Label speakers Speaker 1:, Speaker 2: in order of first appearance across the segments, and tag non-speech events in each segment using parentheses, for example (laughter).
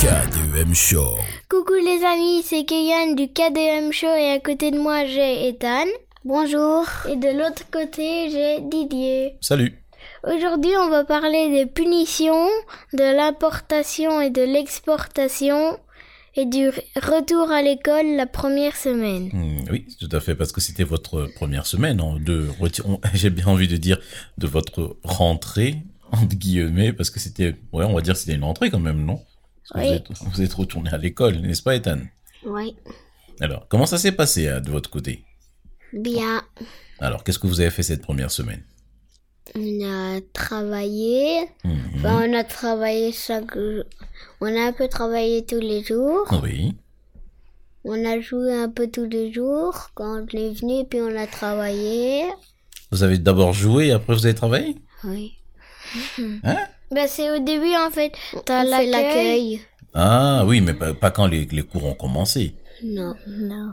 Speaker 1: KDM Show.
Speaker 2: Coucou les amis, c'est Keyan du KDM Show et à côté de moi j'ai Ethan. Bonjour. Et de l'autre côté j'ai Didier.
Speaker 1: Salut.
Speaker 2: Aujourd'hui on va parler des punitions, de l'importation et de l'exportation et du r- retour à l'école la première semaine.
Speaker 1: Hmm, oui, tout à fait, parce que c'était votre première semaine en- de reti- on- (laughs) j'ai bien envie de dire de votre rentrée entre guillemets, parce que c'était, ouais, on va dire que c'était une rentrée quand même, non Parce que
Speaker 2: Oui.
Speaker 1: vous, êtes, vous êtes retourné à l'école, n'est-ce pas, Ethan
Speaker 2: Oui.
Speaker 1: Alors, comment ça s'est passé euh, de votre côté
Speaker 2: Bien.
Speaker 1: Alors, qu'est-ce que vous avez fait cette première semaine
Speaker 2: On a travaillé.
Speaker 1: Mhm.
Speaker 2: on a travaillé chaque jour. On a un peu travaillé tous les jours.
Speaker 1: Oui.
Speaker 2: On a joué un peu tous les jours quand on est venu, puis on a travaillé.
Speaker 1: Vous avez d'abord joué et après vous avez travaillé
Speaker 2: Oui.
Speaker 1: Hein
Speaker 2: Bah, c'est au début en fait. T'as l'accueil.
Speaker 1: Ah oui, mais pas, pas quand les, les cours ont commencé.
Speaker 2: Non. Non.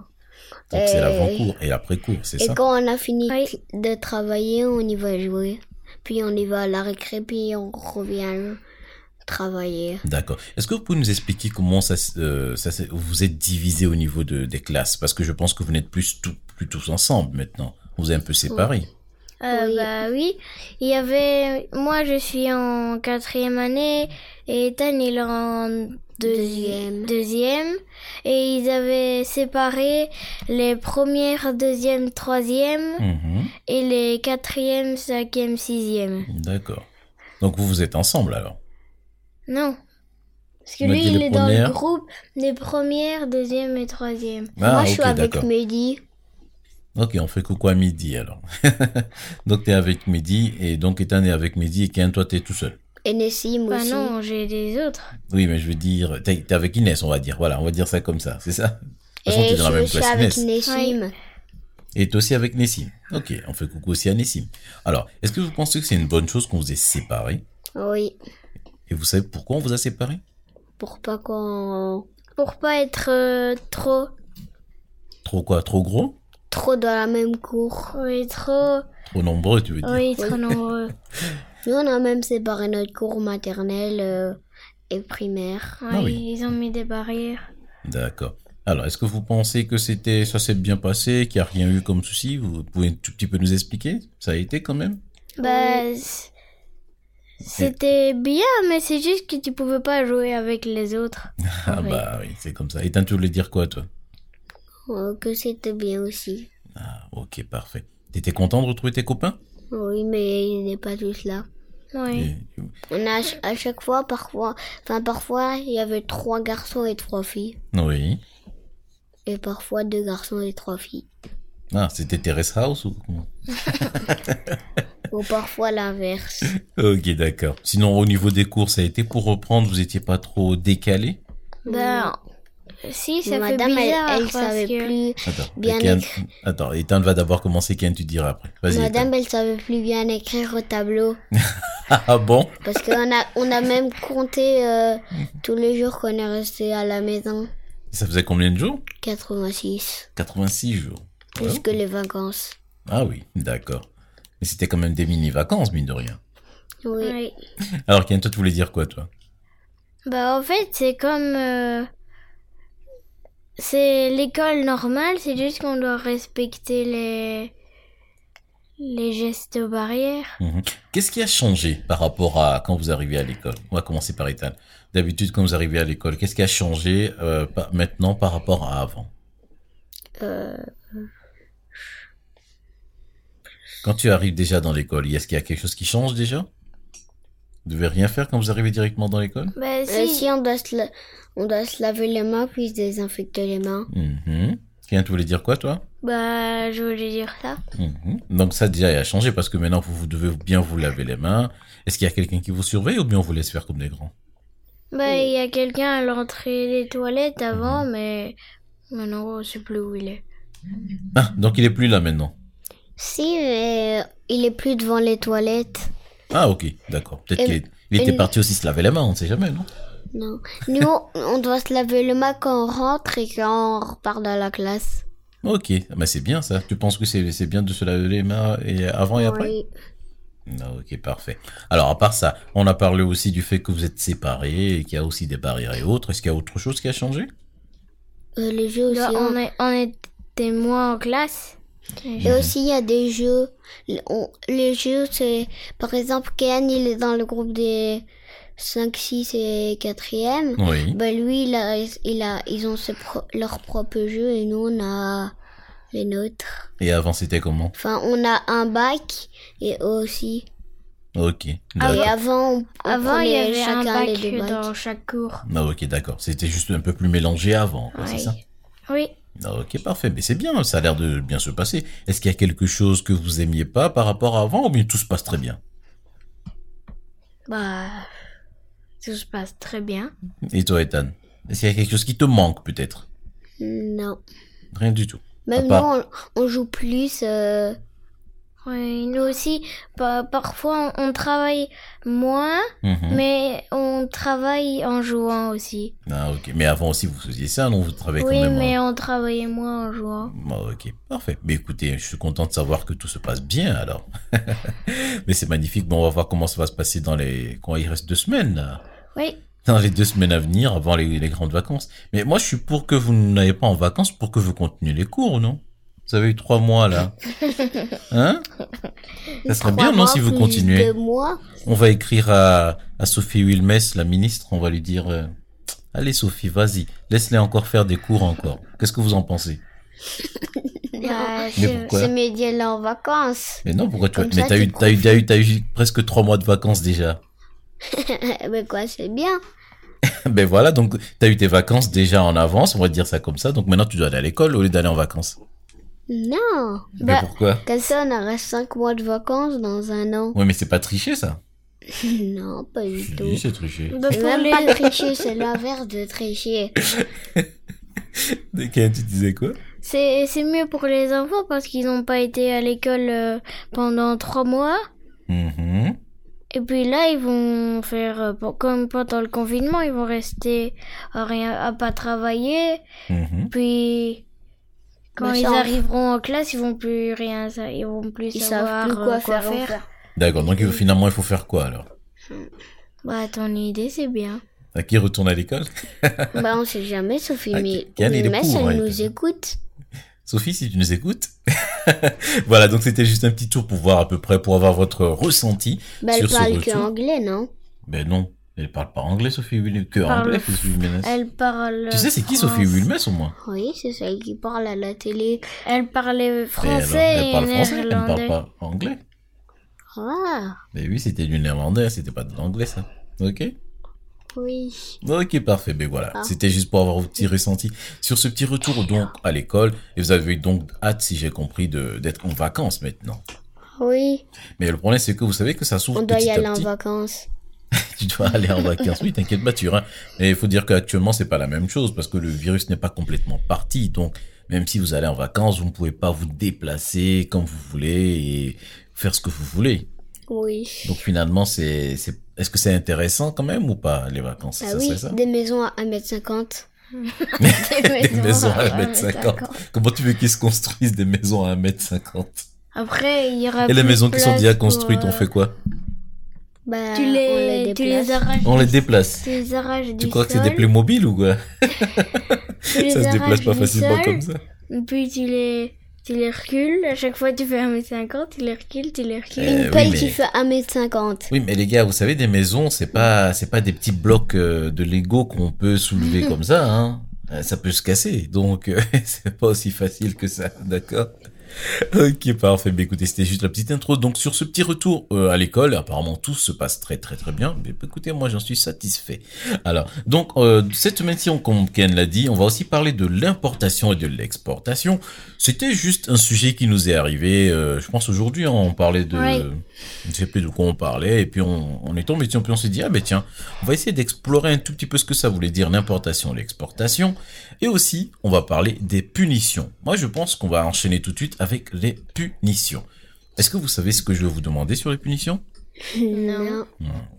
Speaker 1: Donc c'est
Speaker 2: Euh,
Speaker 1: l'avant-cours et l'après-cours, c'est ça
Speaker 2: quand on a fini de travailler, on y va jouer. Puis on y va à la récré, puis on revient travailler.
Speaker 1: D'accord. Est-ce que vous pouvez nous expliquer comment ça, s- euh, ça s'est- vous êtes divisé au niveau de, des classes Parce que je pense que vous n'êtes plus, tout, plus tous ensemble maintenant. Vous êtes un peu séparés.
Speaker 2: Euh,
Speaker 3: Oui.
Speaker 2: Bah oui, il y avait. Moi je suis en quatrième année et Ethan il est en deuxième. deuxième. Et ils avaient séparé les premières, deuxième, troisième
Speaker 1: Mhm.
Speaker 2: et les quatrième, cinquième, sixième.
Speaker 1: D'accord. Donc vous vous êtes ensemble alors
Speaker 2: Non. Parce que
Speaker 1: On a
Speaker 2: lui
Speaker 1: dit
Speaker 2: il
Speaker 1: les
Speaker 2: est dans le
Speaker 1: premières.
Speaker 2: groupe des premières, deuxième et troisième.
Speaker 1: Ah, Moi, je suis ok, avec d'accord.
Speaker 2: Mehdi.
Speaker 1: Ok, on fait coucou à midi alors. (laughs) donc tu es avec midi et donc Ethan est avec midi et Ken, toi tu es tout seul.
Speaker 3: Et Nessim
Speaker 2: Bah
Speaker 3: aussi.
Speaker 2: non, j'ai des autres.
Speaker 1: Oui, mais je veux dire, t'es t'es avec Inès, on va dire. Voilà, on va dire ça comme ça, c'est ça De toute façon, t'es
Speaker 3: Et
Speaker 1: dans la
Speaker 3: je
Speaker 1: même
Speaker 3: suis
Speaker 1: classe,
Speaker 3: avec
Speaker 1: Inès.
Speaker 3: Nessim.
Speaker 1: Et t'es aussi avec Nessim. Ok, on fait coucou aussi à Nessim. Alors, est-ce que vous pensez que c'est une bonne chose qu'on vous ait séparés
Speaker 3: Oui.
Speaker 1: Et vous savez pourquoi on vous a séparés
Speaker 3: Pour pas qu'on.
Speaker 2: Pour pas être euh, trop.
Speaker 1: Trop quoi Trop gros
Speaker 3: Trop dans la même cour.
Speaker 2: Oui, trop.
Speaker 1: Trop nombreux, tu veux dire
Speaker 2: Oui, trop nombreux.
Speaker 3: Nous, on a même séparé notre cours maternelle euh, et primaire.
Speaker 2: Ouais,
Speaker 1: Ah oui.
Speaker 2: Ils ont mis des barrières.
Speaker 1: D'accord. Alors, est-ce que vous pensez que c'était, ça s'est bien passé, qu'il n'y a rien eu comme souci Vous pouvez un tout petit peu nous expliquer Ça a été quand même
Speaker 2: Bah, c- c'était bien, mais c'est juste que tu pouvais pas jouer avec
Speaker 3: (laughs)
Speaker 2: les autres.
Speaker 1: Ah
Speaker 2: Oui.
Speaker 1: bah oui, c'est comme ça. Et tu voulais dire quoi, toi
Speaker 3: Euh, que c'était bien aussi.
Speaker 1: Ah, ok, parfait. T'étais content de retrouver tes copains
Speaker 3: Oui, mais il n'est pas tous là.
Speaker 2: Oui.
Speaker 1: Et-
Speaker 3: On a à ch- à chaque fois, parfois, enfin parfois, il y avait trois garçons et trois filles,
Speaker 1: Oui.
Speaker 3: et parfois deux garçons et trois filles,
Speaker 1: Ah, c'était Terrace House ou comment
Speaker 3: ou parfois l'inverse.
Speaker 1: Ok, d'accord. Sinon, au niveau des cours, ça a été pour reprendre, vous étiez pas trop décalé
Speaker 2: Bah, si, (laughs) ça
Speaker 3: Madame,
Speaker 2: fait
Speaker 3: elle-
Speaker 2: bizarre.
Speaker 3: elle,
Speaker 2: parce
Speaker 3: savait
Speaker 2: que-
Speaker 3: plus.
Speaker 1: Attends,
Speaker 3: Bien
Speaker 1: Ken-
Speaker 3: écrit.
Speaker 1: Attends, Ethan va d'abord commencer, Ken, tu diras après. Vas-y.
Speaker 3: Madame, elle savait plus bien écrire au tableau.
Speaker 1: Ethan. Ah bon
Speaker 3: Parce qu'on a, on a même compté euh,
Speaker 1: Mhm.
Speaker 3: tous les jours qu'on est resté à la maison.
Speaker 1: Ça faisait combien de jours
Speaker 3: 86.
Speaker 1: 86 jours.
Speaker 3: Plus
Speaker 1: Ouais.
Speaker 3: que les vacances.
Speaker 1: Ah oui, d'accord. Mais c'était quand même des mini-vacances, mine de rien.
Speaker 3: Oui.
Speaker 2: Oui.
Speaker 1: Alors, Ken, toi, tu voulais dire quoi, toi
Speaker 2: Bah, en fait, c'est comme. euh, C'est l'école normale, c'est juste qu'on doit respecter les. les gestes barrières.
Speaker 1: Mhm. Qu'est-ce qui a changé par rapport à quand vous arrivez à l'école On va commencer par Ethan. D'habitude, quand vous arrivez à l'école, qu'est-ce qui a changé euh, par- maintenant par rapport à avant
Speaker 3: Euh,
Speaker 1: Quand tu arrives déjà dans l'école, est-ce qu'il y a quelque chose qui change déjà Vous devez rien faire quand vous arrivez directement dans l'école
Speaker 2: Bah,
Speaker 3: euh, si, on, doit se la- on doit se laver les mains puis se désinfecter les mains.
Speaker 1: Mhm. Ken, tu voulais dire quoi, toi
Speaker 2: Bah, je voulais dire ça.
Speaker 1: Mhm. Donc ça déjà il a changé parce que maintenant vous, vous devez bien vous laver les mains. Est-ce qu'il y a quelqu'un qui vous surveille ou bien on vous laisse faire comme des grands
Speaker 2: Bah, il y a quelqu'un à l'entrée des toilettes avant, mais maintenant, on sait plus où il est.
Speaker 1: Ah, donc il est plus là maintenant.
Speaker 3: Si, mais euh, il est plus devant les toilettes.
Speaker 1: Ah ok, d'accord. Peut-être
Speaker 3: Et-
Speaker 1: qu'il est- il était
Speaker 3: et-
Speaker 1: parti aussi se laver les mains, on ne sait jamais, non
Speaker 3: Non.
Speaker 2: (laughs)
Speaker 3: Nous, on doit se laver les mains quand on rentre et quand on repart dans la classe.
Speaker 1: bah, Ok, mais c'est bien ça. Tu penses que c'est c'est bien de se laver les mains et avant et après
Speaker 3: Oui.
Speaker 1: Ah, Ok, parfait. Alors, à part ça, on a parlé aussi du fait que vous êtes séparés et qu'il y a aussi des barrières et autres. Est-ce qu'il y a autre chose qui a changé
Speaker 3: Euh, les jeux aussi.
Speaker 2: Là,
Speaker 3: hein.
Speaker 2: on, est, on était moins en classe.
Speaker 3: Et aussi, il y a des jeux. L- on- les jeux, c'est. Par exemple, Kéan, il est dans le groupe des 5, 6 et 4e.
Speaker 1: Oui.
Speaker 3: Bah, lui, il a, il a, ils ont ses pro- leurs propres jeux et nous, on a les nôtres.
Speaker 1: Et avant, c'était comment
Speaker 3: Enfin, on a un bac et eux aussi.
Speaker 1: Ok.
Speaker 3: et
Speaker 1: D'accord.
Speaker 3: avant, on, on
Speaker 2: Avant, il y
Speaker 3: prenait
Speaker 2: avait un
Speaker 3: chacun
Speaker 2: bac
Speaker 3: les deux bacs.
Speaker 2: dans chaque cours.
Speaker 1: Ah, ok, d'accord. C'était juste un peu plus mélangé avant, quoi, c'est
Speaker 2: Ouais.
Speaker 1: ça
Speaker 2: Oui.
Speaker 1: Ah, Ok, parfait. Mais c'est bien, ça a l'air de bien se passer. Est-ce qu'il y a quelque chose que vous aimiez pas par rapport à avant ou bien tout se passe très bien
Speaker 2: Bah, tout se passe très bien.
Speaker 1: Et toi, Ethan Est-ce qu'il y a quelque chose qui te manque peut-être
Speaker 3: Non.
Speaker 1: Rien du tout.
Speaker 3: Même nous,
Speaker 1: part-
Speaker 3: on, on joue plus. euh,
Speaker 2: Oui, nous aussi, pa- parfois on on travaille moins,
Speaker 1: Mhm.
Speaker 2: mais on travaille en jouant aussi.
Speaker 1: Ah, ok. Mais avant aussi, vous faisiez ça, non Vous travaillez quand
Speaker 2: oui,
Speaker 1: même.
Speaker 2: mais
Speaker 1: hein
Speaker 2: on travaillait moins en jouant.
Speaker 1: Ah, ok, parfait. Mais écoutez, je suis content de savoir que tout se passe bien alors. (laughs) mais c'est magnifique. Bon, on va voir comment ça va se passer dans les. Quand il reste deux semaines, là.
Speaker 2: Oui,
Speaker 1: dans les deux semaines à venir, avant les, les grandes vacances. Mais moi, je suis pour que vous n'ayez pas en vacances pour que vous continuez les cours, non Vous avez eu trois mois, là. Hein Ça serait
Speaker 3: trois
Speaker 1: bien, non,
Speaker 3: mois
Speaker 1: si vous
Speaker 3: plus
Speaker 1: continuez
Speaker 3: Deux mois.
Speaker 1: On va écrire à, à Sophie Wilmès, la ministre, on va lui dire... euh, Allez, Sophie, vas-y, laisse-les encore faire des cours encore. Qu'est-ce que vous en pensez
Speaker 2: bah,
Speaker 1: Mais
Speaker 2: je-
Speaker 1: pourquoi
Speaker 3: C'est mieux d'y aller en vacances. (laughs)
Speaker 1: Mais non, pourquoi tu...
Speaker 3: Comme
Speaker 1: Mais
Speaker 3: ça,
Speaker 1: t'as
Speaker 3: t'es
Speaker 1: eu, t'as eu, t'as eu, t'as eu presque trois mois de vacances déjà. (laughs)
Speaker 3: Mais quoi, c'est bien.
Speaker 1: ben voilà, donc t'as eu tes vacances déjà en avance, on va dire ça comme ça. Donc maintenant, tu dois aller à l'école au lieu d'aller en vacances.
Speaker 3: Non.
Speaker 1: Mais
Speaker 3: Bah,
Speaker 1: pourquoi
Speaker 3: comme ça, on aura 5 mois de vacances dans un an. (laughs)
Speaker 1: Ouais, mais c'est pas tricher, ça
Speaker 3: non, pas du tout.
Speaker 1: c'est triché.
Speaker 2: bah,
Speaker 3: C'est
Speaker 2: pour
Speaker 3: même
Speaker 2: les-
Speaker 3: pas tricher, c'est l'inverse de
Speaker 2: (laughs)
Speaker 3: tricher.
Speaker 1: tu disais quoi
Speaker 2: c'est c'est mieux pour les enfants parce qu'ils n'ont pas été à l'école euh, pendant trois mois.
Speaker 1: Mm-hmm,
Speaker 2: Et puis là, ils vont faire euh, pour- comme pendant le confinement, ils vont rester à rien, à pas travailler.
Speaker 1: mm-hmm.
Speaker 2: Puis quand
Speaker 3: Bah,
Speaker 2: ils
Speaker 3: ça, on-
Speaker 2: arriveront en classe, ils vont plus rien, ça, ils vont plus
Speaker 3: Ils
Speaker 2: savoir
Speaker 3: savent plus
Speaker 2: euh,
Speaker 3: quoi, faire. faire.
Speaker 1: D'accord, donc euh, finalement, il faut faire quoi alors
Speaker 2: Bah ton idée c'est bien.
Speaker 1: À qui retourne à l'école
Speaker 3: (laughs) bah, on sait jamais, Sophie,
Speaker 1: Ah,
Speaker 3: mais,
Speaker 1: Kian, il est
Speaker 3: mais
Speaker 1: pour,
Speaker 3: elle
Speaker 1: ouais.
Speaker 3: nous écoute.
Speaker 1: Sophie, si tu nous écoutes. (laughs) voilà, donc c'était juste un petit tour pour voir à peu près, pour avoir votre ressenti.
Speaker 3: Bah, elle
Speaker 1: Sur ce
Speaker 3: parle que
Speaker 1: retour.
Speaker 3: anglais, non
Speaker 1: Ben non, elle parle pas anglais, Sophie Wilmès. Que
Speaker 2: Parle
Speaker 1: anglais, Sophie Wilmès.
Speaker 2: Elle parle.
Speaker 1: Tu sais, c'est qui
Speaker 2: français.
Speaker 1: Sophie Wilmès au moins
Speaker 3: Oui, c'est celle qui parle à la télé.
Speaker 2: Elle parlait
Speaker 1: Et Eh, alors,
Speaker 2: français
Speaker 1: Elle
Speaker 2: et,
Speaker 1: parle français, elle ne parle
Speaker 2: (laughs) néerlandais.
Speaker 1: pas anglais.
Speaker 3: Ah,
Speaker 1: Mais oui, c'était du néerlandais, c'était pas de l'anglais, ça. Ok
Speaker 3: oui.
Speaker 1: Ok, parfait. Mais voilà,
Speaker 3: Ah.
Speaker 1: c'était juste pour avoir vos petits ressentis sur ce petit retour donc à l'école. Et vous avez donc hâte, si j'ai compris, de d'être en vacances maintenant.
Speaker 3: Oui,
Speaker 1: Mais le problème, c'est que vous savez que ça s'ouvre
Speaker 3: on doit
Speaker 1: petit
Speaker 3: y aller
Speaker 1: à
Speaker 3: en
Speaker 1: petit.
Speaker 3: vacances.
Speaker 1: (laughs) tu dois aller en vacances. Oui, t'inquiète pas, tu iras. Et il faut dire qu'actuellement, c'est pas la même chose parce que le virus n'est pas complètement parti. Donc, même si vous allez en vacances, vous ne pouvez pas vous déplacer comme vous voulez et faire ce que vous voulez.
Speaker 3: Oui.
Speaker 1: Donc, finalement, c'est, c'est, est-ce que c'est intéressant quand même ou pas, les vacances?
Speaker 3: Bah
Speaker 1: ça
Speaker 3: oui,
Speaker 1: serait ça?
Speaker 3: des maisons à 1m50.
Speaker 1: (laughs) Des maisons à
Speaker 2: ah,
Speaker 1: 1m50.
Speaker 2: 1m50.
Speaker 1: Comment tu veux qu'ils se construisent des maisons à 1m50
Speaker 2: Après, il y aura.
Speaker 1: Et les
Speaker 2: Ah, plus
Speaker 1: maisons
Speaker 2: de
Speaker 1: qui sont
Speaker 2: place
Speaker 1: déjà
Speaker 2: pour,
Speaker 1: construites, on
Speaker 2: euh,
Speaker 1: fait quoi
Speaker 3: Bah,
Speaker 2: Tu les,
Speaker 3: on les
Speaker 2: tu les
Speaker 3: déplace.
Speaker 2: arraches.
Speaker 1: On les déplace.
Speaker 2: Tu les arraches
Speaker 1: Tu
Speaker 2: du
Speaker 1: crois que c'est
Speaker 2: sol.
Speaker 1: des Playmobil ou quoi
Speaker 2: tu les
Speaker 1: Ça se déplace
Speaker 2: arraches
Speaker 1: pas
Speaker 2: du
Speaker 1: facilement
Speaker 2: sol,
Speaker 1: comme ça.
Speaker 2: Puis tu les, tu les recules. À chaque fois, tu fais 1m50, tu les recules, tu les recules.
Speaker 1: Euh,
Speaker 3: Une
Speaker 1: oui,
Speaker 3: pelle
Speaker 1: mais-
Speaker 3: qui fait 1m50.
Speaker 1: Oui, mais les gars, vous savez, des maisons, c'est pas, c'est pas des petits blocs euh, de Lego qu'on peut soulever comme ça. Hein. Euh, Ça peut se casser, donc euh, (laughs) c'est pas aussi facile que ça, d'accord Ok, parfait. Mais écoutez, c'était juste la petite intro. Donc sur ce petit retour euh, à l'école, apparemment tout se passe très très très bien. Mais écoutez, moi j'en suis satisfait. Alors, donc euh, cette semaine-ci, on- comme Ken l'a dit, on va aussi parler de l'importation et de l'exportation. C'était juste un sujet qui nous est arrivé, euh, je pense aujourd'hui, hein, on parlait de...
Speaker 2: Ouais.
Speaker 1: Je sais plus de quoi on parlait, et puis on, on est tombé dessus, puis on s'est dit, ah ben tiens, on va essayer d'explorer un tout petit peu ce que ça voulait dire l'importation, l'exportation, et aussi on va parler des punitions. Moi je pense qu'on va enchaîner tout de suite avec les punitions. Est-ce que vous savez ce que je vais vous demander sur les punitions
Speaker 3: (laughs) Euh, Non.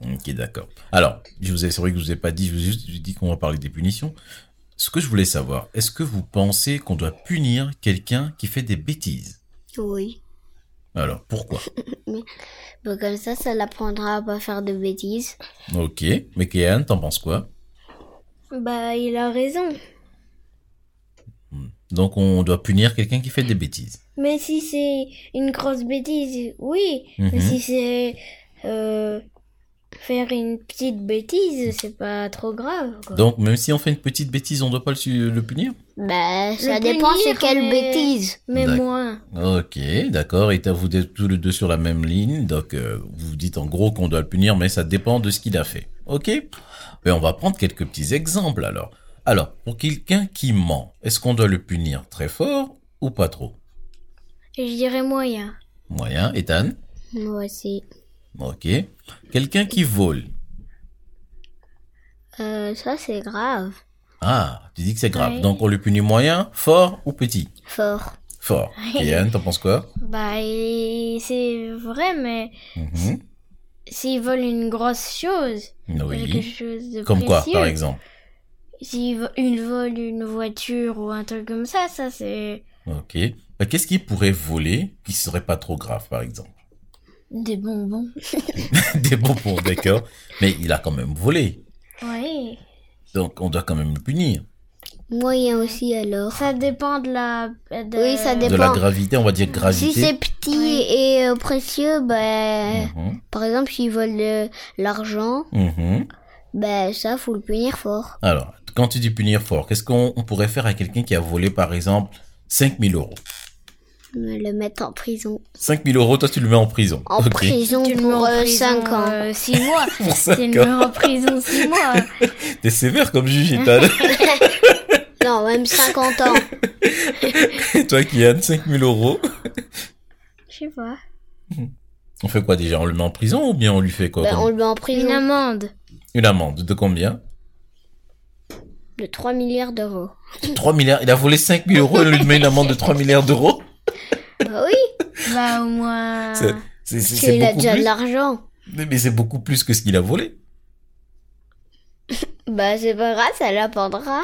Speaker 1: Hmm, Ok, d'accord. Alors, je vous ai, c'est vrai que je vous ai pas dit, je vous ai juste dit qu'on va parler des punitions. Ce que je voulais savoir, est-ce que vous pensez qu'on doit punir quelqu'un qui fait des bêtises
Speaker 3: Oui.
Speaker 1: Alors, pourquoi
Speaker 3: Bon, comme ça, ça l'apprendra à pas faire de bêtises.
Speaker 1: Ok. Mais Kéan, t'en penses quoi
Speaker 2: Bah, il a raison.
Speaker 1: Donc, on doit punir quelqu'un qui fait des bêtises.
Speaker 2: Mais si c'est une grosse bêtise, oui.
Speaker 1: Mhm.
Speaker 2: Mais si c'est euh, faire une petite bêtise, c'est pas trop grave. Quoi.
Speaker 1: Donc, même si on fait une petite bêtise, on doit pas le, su- le punir
Speaker 3: Bah, ça
Speaker 2: Le
Speaker 3: dépend
Speaker 2: punir,
Speaker 3: c'est quelle
Speaker 2: mais-
Speaker 3: bêtise.
Speaker 2: Mais
Speaker 1: D'ac-
Speaker 2: moins.
Speaker 1: Ok, d'accord. Et t'as- vous êtes tous les deux sur la même ligne, donc euh, vous dites en gros qu'on doit le punir, mais ça dépend de ce qu'il a fait. Ok Mais on va prendre quelques petits exemples alors. Alors, pour quelqu'un qui ment, est-ce qu'on doit le punir très fort ou pas trop
Speaker 2: Je dirais moyen.
Speaker 1: Moyen, Ethan
Speaker 3: Moi aussi.
Speaker 1: Ok. Quelqu'un qui vole.
Speaker 3: Euh, ça, c'est grave.
Speaker 1: Ah, tu dis que c'est grave.
Speaker 2: Ouais.
Speaker 1: Donc on le punit moyen, fort ou petit
Speaker 3: Fort.
Speaker 1: Fort. Kéan, t'en penses quoi
Speaker 2: Bah, et c'est vrai, mais
Speaker 1: Mhm.
Speaker 2: s'ils veulent une grosse chose, quelque
Speaker 1: Oui.
Speaker 2: chose de
Speaker 1: Comme quoi,
Speaker 2: précieux,
Speaker 1: par exemple
Speaker 2: s'ils vo- ils volent une voiture ou un truc comme ça, ça c'est
Speaker 1: Ok. Bah, Qu'est-ce qu'il pourrait voler qui serait pas trop grave, par exemple (laughs)
Speaker 2: des bonbons.
Speaker 1: des bonbons, d'accord. Mais il a quand même volé.
Speaker 2: Oui.
Speaker 1: Donc, on doit quand même le punir.
Speaker 3: Moyen aussi, alors.
Speaker 2: Ça dépend de la. de-
Speaker 3: Oui, ça
Speaker 1: De
Speaker 3: dépend.
Speaker 1: la gravité, on va dire
Speaker 3: Si
Speaker 1: gravité.
Speaker 3: c'est petit
Speaker 2: Oui.
Speaker 3: et euh, précieux, bah,
Speaker 1: Mhm,
Speaker 3: par exemple, s'ils volent de l'argent,
Speaker 1: mhm.
Speaker 3: bah, ça, faut le punir fort.
Speaker 1: Alors, quand tu dis punir fort, qu'est-ce qu'on on pourrait faire à quelqu'un qui a volé, par exemple, 5000 euros
Speaker 3: Me Le mettre en prison.
Speaker 1: 5000 euros, toi, tu le mets en prison.
Speaker 3: En
Speaker 1: Ok.
Speaker 3: prison
Speaker 2: Tu le mets en
Speaker 3: pour
Speaker 2: prison,
Speaker 3: 5 ans.
Speaker 2: euh, six mois.
Speaker 1: (laughs) Pour
Speaker 2: C'est une
Speaker 1: 5 ans.
Speaker 2: mets en prison six mois.
Speaker 3: (laughs)
Speaker 1: T'es sévère comme juge, et t'as-
Speaker 3: Non, même
Speaker 1: (laughs)
Speaker 3: 50 ans.
Speaker 1: Toi qui as 5000 euros.
Speaker 2: Je sais pas.
Speaker 1: On fait quoi déjà On le met en prison ou bien on lui fait quoi
Speaker 3: Bah,
Speaker 1: comme-
Speaker 3: on le met en
Speaker 2: Une
Speaker 3: prison
Speaker 2: amende.
Speaker 1: Une amende de combien
Speaker 3: de 3 milliards d'euros.
Speaker 1: 3 milliards. Il a volé 5000 euros et on lui met une amende de 3 milliards d'euros
Speaker 3: Bah oui,
Speaker 2: Bah, au moins.
Speaker 1: C'est- C'est c'est-
Speaker 3: parce
Speaker 1: c'est
Speaker 3: qu'il a
Speaker 1: beaucoup
Speaker 3: déjà de
Speaker 1: plus.
Speaker 3: l'argent.
Speaker 1: Mais mais c'est beaucoup plus que ce qu'il a volé. (laughs)
Speaker 3: Bah c'est pas grave, ça l'apprendra.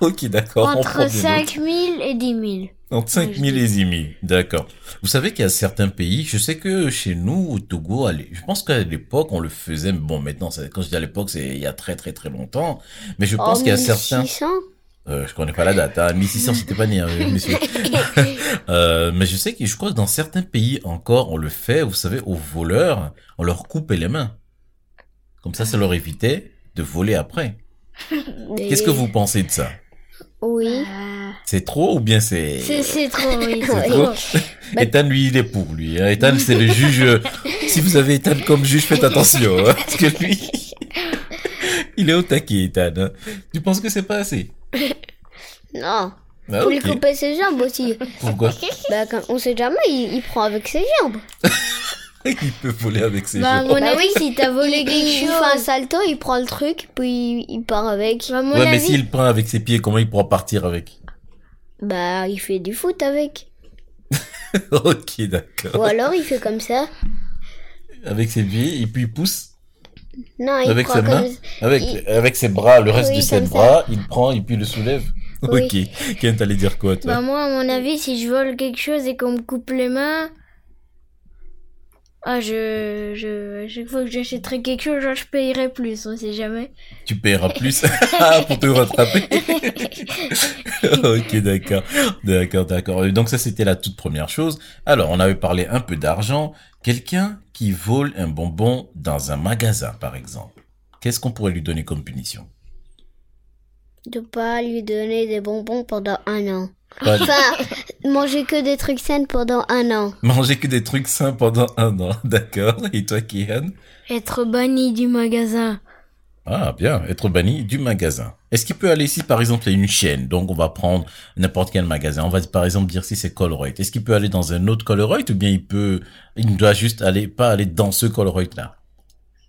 Speaker 1: Ok, d'accord. on prend
Speaker 2: Entre
Speaker 1: des notes.
Speaker 2: 5 000 et 10 000.
Speaker 1: Entre 5 000 et 10 000. D'accord. Vous savez qu'il y a certains pays, je sais que chez nous, au Togo, à l'é- je pense qu'à l'époque, on le faisait, mais bon, maintenant, ça- quand je dis à l'époque, c'est il y a très très très longtemps, mais je pense
Speaker 3: Oh,
Speaker 1: qu'il y a certains,
Speaker 3: 1600.
Speaker 1: euh, je connais pas la date, hein, 1600, c'était pas né, hein, monsieur.
Speaker 3: (laughs)
Speaker 1: Euh, mais je sais que je crois que dans certains pays encore, on le fait, vous savez, aux voleurs, on leur coupait les mains. Comme ça, ça leur évitait de voler après. Qu'est-ce que vous pensez de ça?
Speaker 3: Oui.
Speaker 2: Ah.
Speaker 1: C'est trop ou bien c'est...
Speaker 2: C'est c'est
Speaker 1: (laughs)
Speaker 2: trop, oui.
Speaker 1: C'est
Speaker 2: c'est
Speaker 1: trop.
Speaker 2: trop.
Speaker 3: Bah-
Speaker 1: Ethan, lui, il est pour, lui. hein. Ethan, c'est le juge.
Speaker 2: (laughs)
Speaker 1: euh, Si vous avez Ethan comme juge, faites attention. hein, parce que lui, (laughs) il est au taquet, Ethan. hein. Tu penses que c'est pas assez
Speaker 3: Non.
Speaker 1: Ah,
Speaker 3: Faut lui
Speaker 1: ok.
Speaker 3: couper ses jambes aussi.
Speaker 1: Pourquoi
Speaker 3: bah comme on sait jamais, il, il prend avec ses jambes.
Speaker 1: (laughs) Il peut voler avec ses
Speaker 2: Bah, à
Speaker 1: jambes.
Speaker 2: mon
Speaker 3: Bah
Speaker 2: avis, si t'as volé
Speaker 3: Il, il-
Speaker 2: quelque
Speaker 3: il fait un
Speaker 2: chose.
Speaker 3: salto, il prend le truc, puis il, il part avec.
Speaker 2: Bah, à mon
Speaker 1: Ouais, mais
Speaker 2: avis,
Speaker 1: s'il prend avec ses pieds, comment il pourra partir avec (laughs)
Speaker 3: Bah il fait du foot avec.
Speaker 1: Ok,
Speaker 3: Ou
Speaker 1: d'accord.
Speaker 3: alors il fait comme ça.
Speaker 1: Avec ses pieds, et puis il pousse
Speaker 3: Non, il
Speaker 1: Avec
Speaker 3: prend
Speaker 1: ses
Speaker 3: comme
Speaker 1: mains avec,
Speaker 3: Il-
Speaker 1: avec ses bras, le reste
Speaker 3: Oui,
Speaker 1: de ses
Speaker 3: comme ça.
Speaker 1: bras, il prend et puis il le soulève.
Speaker 3: Oui.
Speaker 1: Ok. Ken, t'allais dire quoi, toi
Speaker 2: bah, moi, à mon avis, si je vole quelque chose et qu'on me coupe les mains. Ah, je, je. À chaque fois que j'achèterai quelque chose, genre, je payerai plus, on sait jamais.
Speaker 1: Tu paieras plus
Speaker 3: (laughs)
Speaker 1: (laughs) pour te rattraper. ok, d'accord. D'accord, d'accord. Et Donc ça, c'était la toute première chose. Alors, on avait parlé un peu d'argent. Quelqu'un qui vole un bonbon dans un magasin, par exemple. Qu'est-ce qu'on pourrait lui donner comme punition
Speaker 3: de pas lui donner des bonbons pendant un an. (laughs)
Speaker 1: Pas
Speaker 3: Enfin, manger que des trucs sains pendant un an.
Speaker 1: Manger que des trucs sains pendant un an, d'accord. Et toi, Kian
Speaker 2: Être banni du magasin.
Speaker 1: Ah, bien, être banni du magasin. Est-ce qu'il peut aller si, par exemple, il y a une chaîne, donc on va prendre n'importe quel magasin, on va par exemple dire si c'est Colruyt. Est-ce qu'il peut aller dans un autre Colruyt ou bien il peut, il doit juste aller, pas aller dans ce Colruyt-là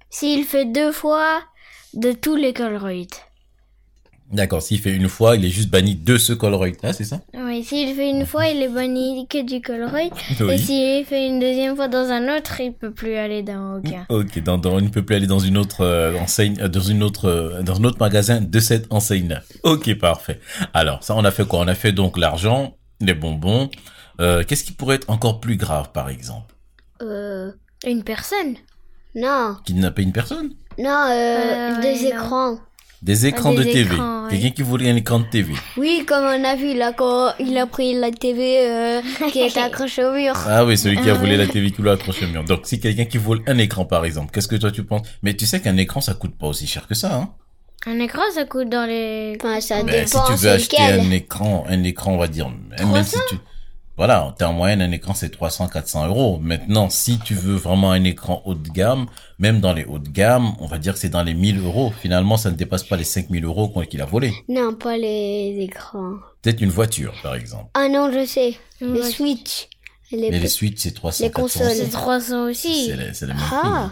Speaker 2: S'il fait deux fois de tous les Colruyt.
Speaker 1: D'accord, s'il fait une fois, il est juste banni de ce Colruyt-là, c'est ça
Speaker 2: Oui, s'il fait une fois, il est banni que du Colruyt. Et
Speaker 1: Oui.
Speaker 2: s'il fait une deuxième fois dans un autre, il peut plus aller dans aucun.
Speaker 1: Ok, dans, dans, il ne peut plus aller dans une autre euh, enseigne, euh, dans une autre, euh, dans un autre magasin de cette enseigne-là. Ok, parfait. Alors, ça, on a fait quoi On a fait donc l'argent, les bonbons, Euh, Qu'est-ce qui pourrait être encore plus grave, par exemple
Speaker 3: Euh,
Speaker 2: Une personne.
Speaker 3: non,
Speaker 1: Kidnapper une personne
Speaker 3: non, euh,
Speaker 2: Euh,
Speaker 3: des
Speaker 2: ouais, non.
Speaker 3: écrans.
Speaker 1: Des écrans
Speaker 2: des
Speaker 1: de TV.
Speaker 2: écrans, ouais.
Speaker 1: Quelqu'un qui voulait un écran de TV.
Speaker 3: Oui, comme on a vu là quand il a pris la TV euh, qui (laughs) est accrochée au mur.
Speaker 1: Ah oui, celui qui a volé la TV qui l'a accroché au mur. Donc, si quelqu'un qui vole un écran, par exemple, qu'est-ce que toi tu penses Mais tu sais qu'un écran, ça coûte pas aussi cher que ça, hein
Speaker 2: Un écran, ça coûte dans les.
Speaker 3: Enfin, ça
Speaker 1: Mais si
Speaker 3: dépend
Speaker 1: tu veux
Speaker 3: c'est
Speaker 1: acheter
Speaker 3: lequel.
Speaker 1: un écran, un écran, on va dire, même, même si tu, voilà, t'as en moyenne, un écran, c'est 300, 400 euros. Maintenant, si tu veux vraiment un écran haut de gamme, même dans les hauts de gamme, on va dire que c'est dans les 1000 euros. Finalement, ça ne dépasse pas les 5000 euros qu'on- qu'il a volé.
Speaker 3: Non, pas les écrans.
Speaker 1: Peut-être une voiture, par exemple.
Speaker 3: Ah non, je sais.
Speaker 2: Une
Speaker 3: Les
Speaker 2: voiture.
Speaker 3: Switch. Les,
Speaker 1: Mais les suites, c'est 300,
Speaker 3: Les
Speaker 1: 400,
Speaker 3: consoles.
Speaker 2: C'est 300 aussi.
Speaker 1: C'est la- c'est la même chose.
Speaker 3: Ah,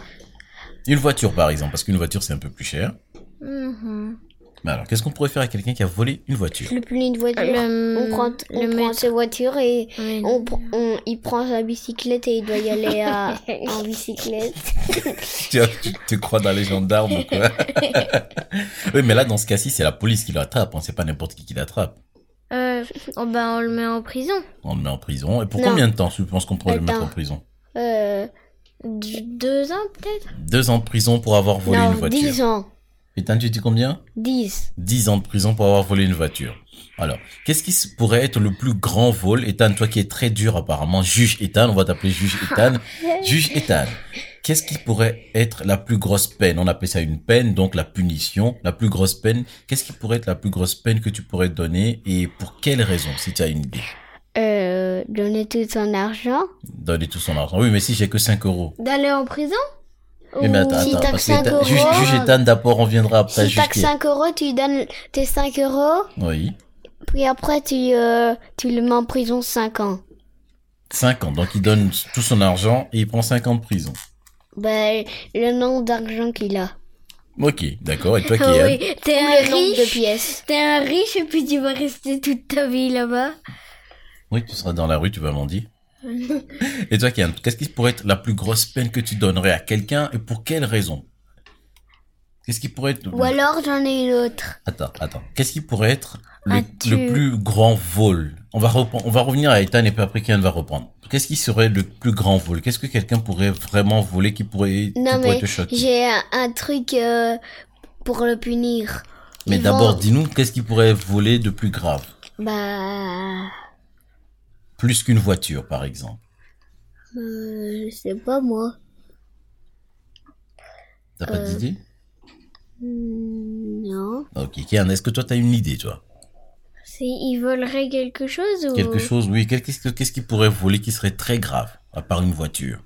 Speaker 1: Une voiture, par exemple, parce qu'une voiture, c'est un peu plus cher.
Speaker 2: Mhm.
Speaker 1: Mais alors, qu'est-ce qu'on pourrait faire à quelqu'un qui a volé une
Speaker 3: (laughs)
Speaker 1: voiture?
Speaker 3: le plus de voiture.
Speaker 2: Le-
Speaker 3: on prend,
Speaker 2: le
Speaker 3: on prend
Speaker 2: maître.
Speaker 3: ses voitures et
Speaker 2: Oui.
Speaker 3: on, pr- on- il prend sa bicyclette et il doit y aller (laughs) à- en bicyclette.
Speaker 1: tu, vois, tu te crois dans les gendarmes ou
Speaker 3: (laughs)
Speaker 1: quoi Oui, mais là, dans ce cas-ci, c'est la police qui l'attrape. Hein. C'est pas n'importe qui qui l'attrape.
Speaker 2: (laughs) Euh, oh ben, on le met en prison.
Speaker 1: On le met en prison. Et pour
Speaker 3: Non.
Speaker 1: combien de temps tu penses qu'on pourrait le mettre
Speaker 3: Attends.
Speaker 1: en prison
Speaker 3: Euh,
Speaker 2: D- deux ans peut-être
Speaker 1: Deux ans de prison pour avoir volé
Speaker 3: non,
Speaker 1: une voiture.
Speaker 3: 10 ans.
Speaker 1: Putain, tu dis combien
Speaker 3: 10.
Speaker 1: Dix ans de prison pour avoir volé une voiture. Alors, qu'est-ce qui se- pourrait être le plus grand vol Ethan, toi qui es très dur apparemment, juge Ethan, on va t'appeler juge
Speaker 3: (laughs)
Speaker 1: Ethan. juge Ethan, qu'est-ce qui pourrait être la plus grosse peine On appelle ça une peine, donc la punition, la plus grosse peine. Qu'est-ce qui pourrait être la plus grosse peine que tu pourrais te donner et pour quelle raison, si tu as une idée
Speaker 3: Euh, donner tout son argent.
Speaker 1: Donner tout son argent. Oui, mais si j'ai que 5 euros.
Speaker 2: D'aller en prison
Speaker 1: Oui, mais attends,
Speaker 3: si
Speaker 1: attends,
Speaker 3: t'as
Speaker 1: parce
Speaker 3: que
Speaker 1: que
Speaker 3: 5
Speaker 1: Ethan- juge,
Speaker 3: euros.
Speaker 1: juge Ethan, d'abord on viendra après
Speaker 3: Si
Speaker 1: juge
Speaker 3: t'as que
Speaker 1: Pierre.
Speaker 3: 5 euros, tu lui donnes tes 5 euros.
Speaker 1: Oui,
Speaker 3: Puis après, tu, euh, tu le mets en prison 5 ans.
Speaker 1: 5 ans. Donc il donne tout son argent et il prend 5 ans de prison.
Speaker 3: Ben, le nombre d'argent qu'il a.
Speaker 1: Ok, d'accord.
Speaker 3: (laughs)
Speaker 1: Et toi qui
Speaker 2: Ah
Speaker 1: aimes
Speaker 2: oui, t'es
Speaker 3: Ou
Speaker 2: un
Speaker 3: le nombre de
Speaker 2: riche.
Speaker 3: pièces.
Speaker 2: T'es un riche et puis tu vas rester toute ta vie là-bas.
Speaker 1: Oui, tu seras dans la rue, tu vas
Speaker 3: (laughs)
Speaker 1: mendier. et toi qui aimes Qu'est-ce qui pourrait être la plus grosse peine que tu donnerais à quelqu'un et pour quelle raison Qu'est-ce qui pourrait être...
Speaker 3: Ou alors, j'en ai une autre.
Speaker 1: Attends, attends. Qu'est-ce qui pourrait être le,
Speaker 2: Ah, tu-
Speaker 1: le plus grand vol on va, repren- on va revenir à Ethan et puis après Kian va reprendre. Qu'est-ce qui serait le plus grand vol Qu'est-ce que quelqu'un pourrait vraiment voler qui pourrait, qui
Speaker 3: Non,
Speaker 1: pourrait
Speaker 3: mais
Speaker 1: te choquer
Speaker 3: j'ai un, un truc euh, pour le punir.
Speaker 1: Mais
Speaker 3: ils
Speaker 1: d'abord,
Speaker 3: vont-
Speaker 1: dis-nous, qu'est-ce qui pourrait voler de plus grave
Speaker 3: Bah,
Speaker 1: Plus qu'une voiture, par exemple.
Speaker 3: euh, je sais pas moi.
Speaker 1: T'as
Speaker 3: Euh.
Speaker 1: pas d'idée
Speaker 3: Hmm, Non.
Speaker 1: Ok, Kian, est-ce que toi, t'as une idée, toi
Speaker 2: C'est, ils voleraient quelque chose ou
Speaker 1: Quelque chose, oui. Quel- Qu'est-ce que- qu'est-ce qui pourrait voler qui serait très grave, à part une voiture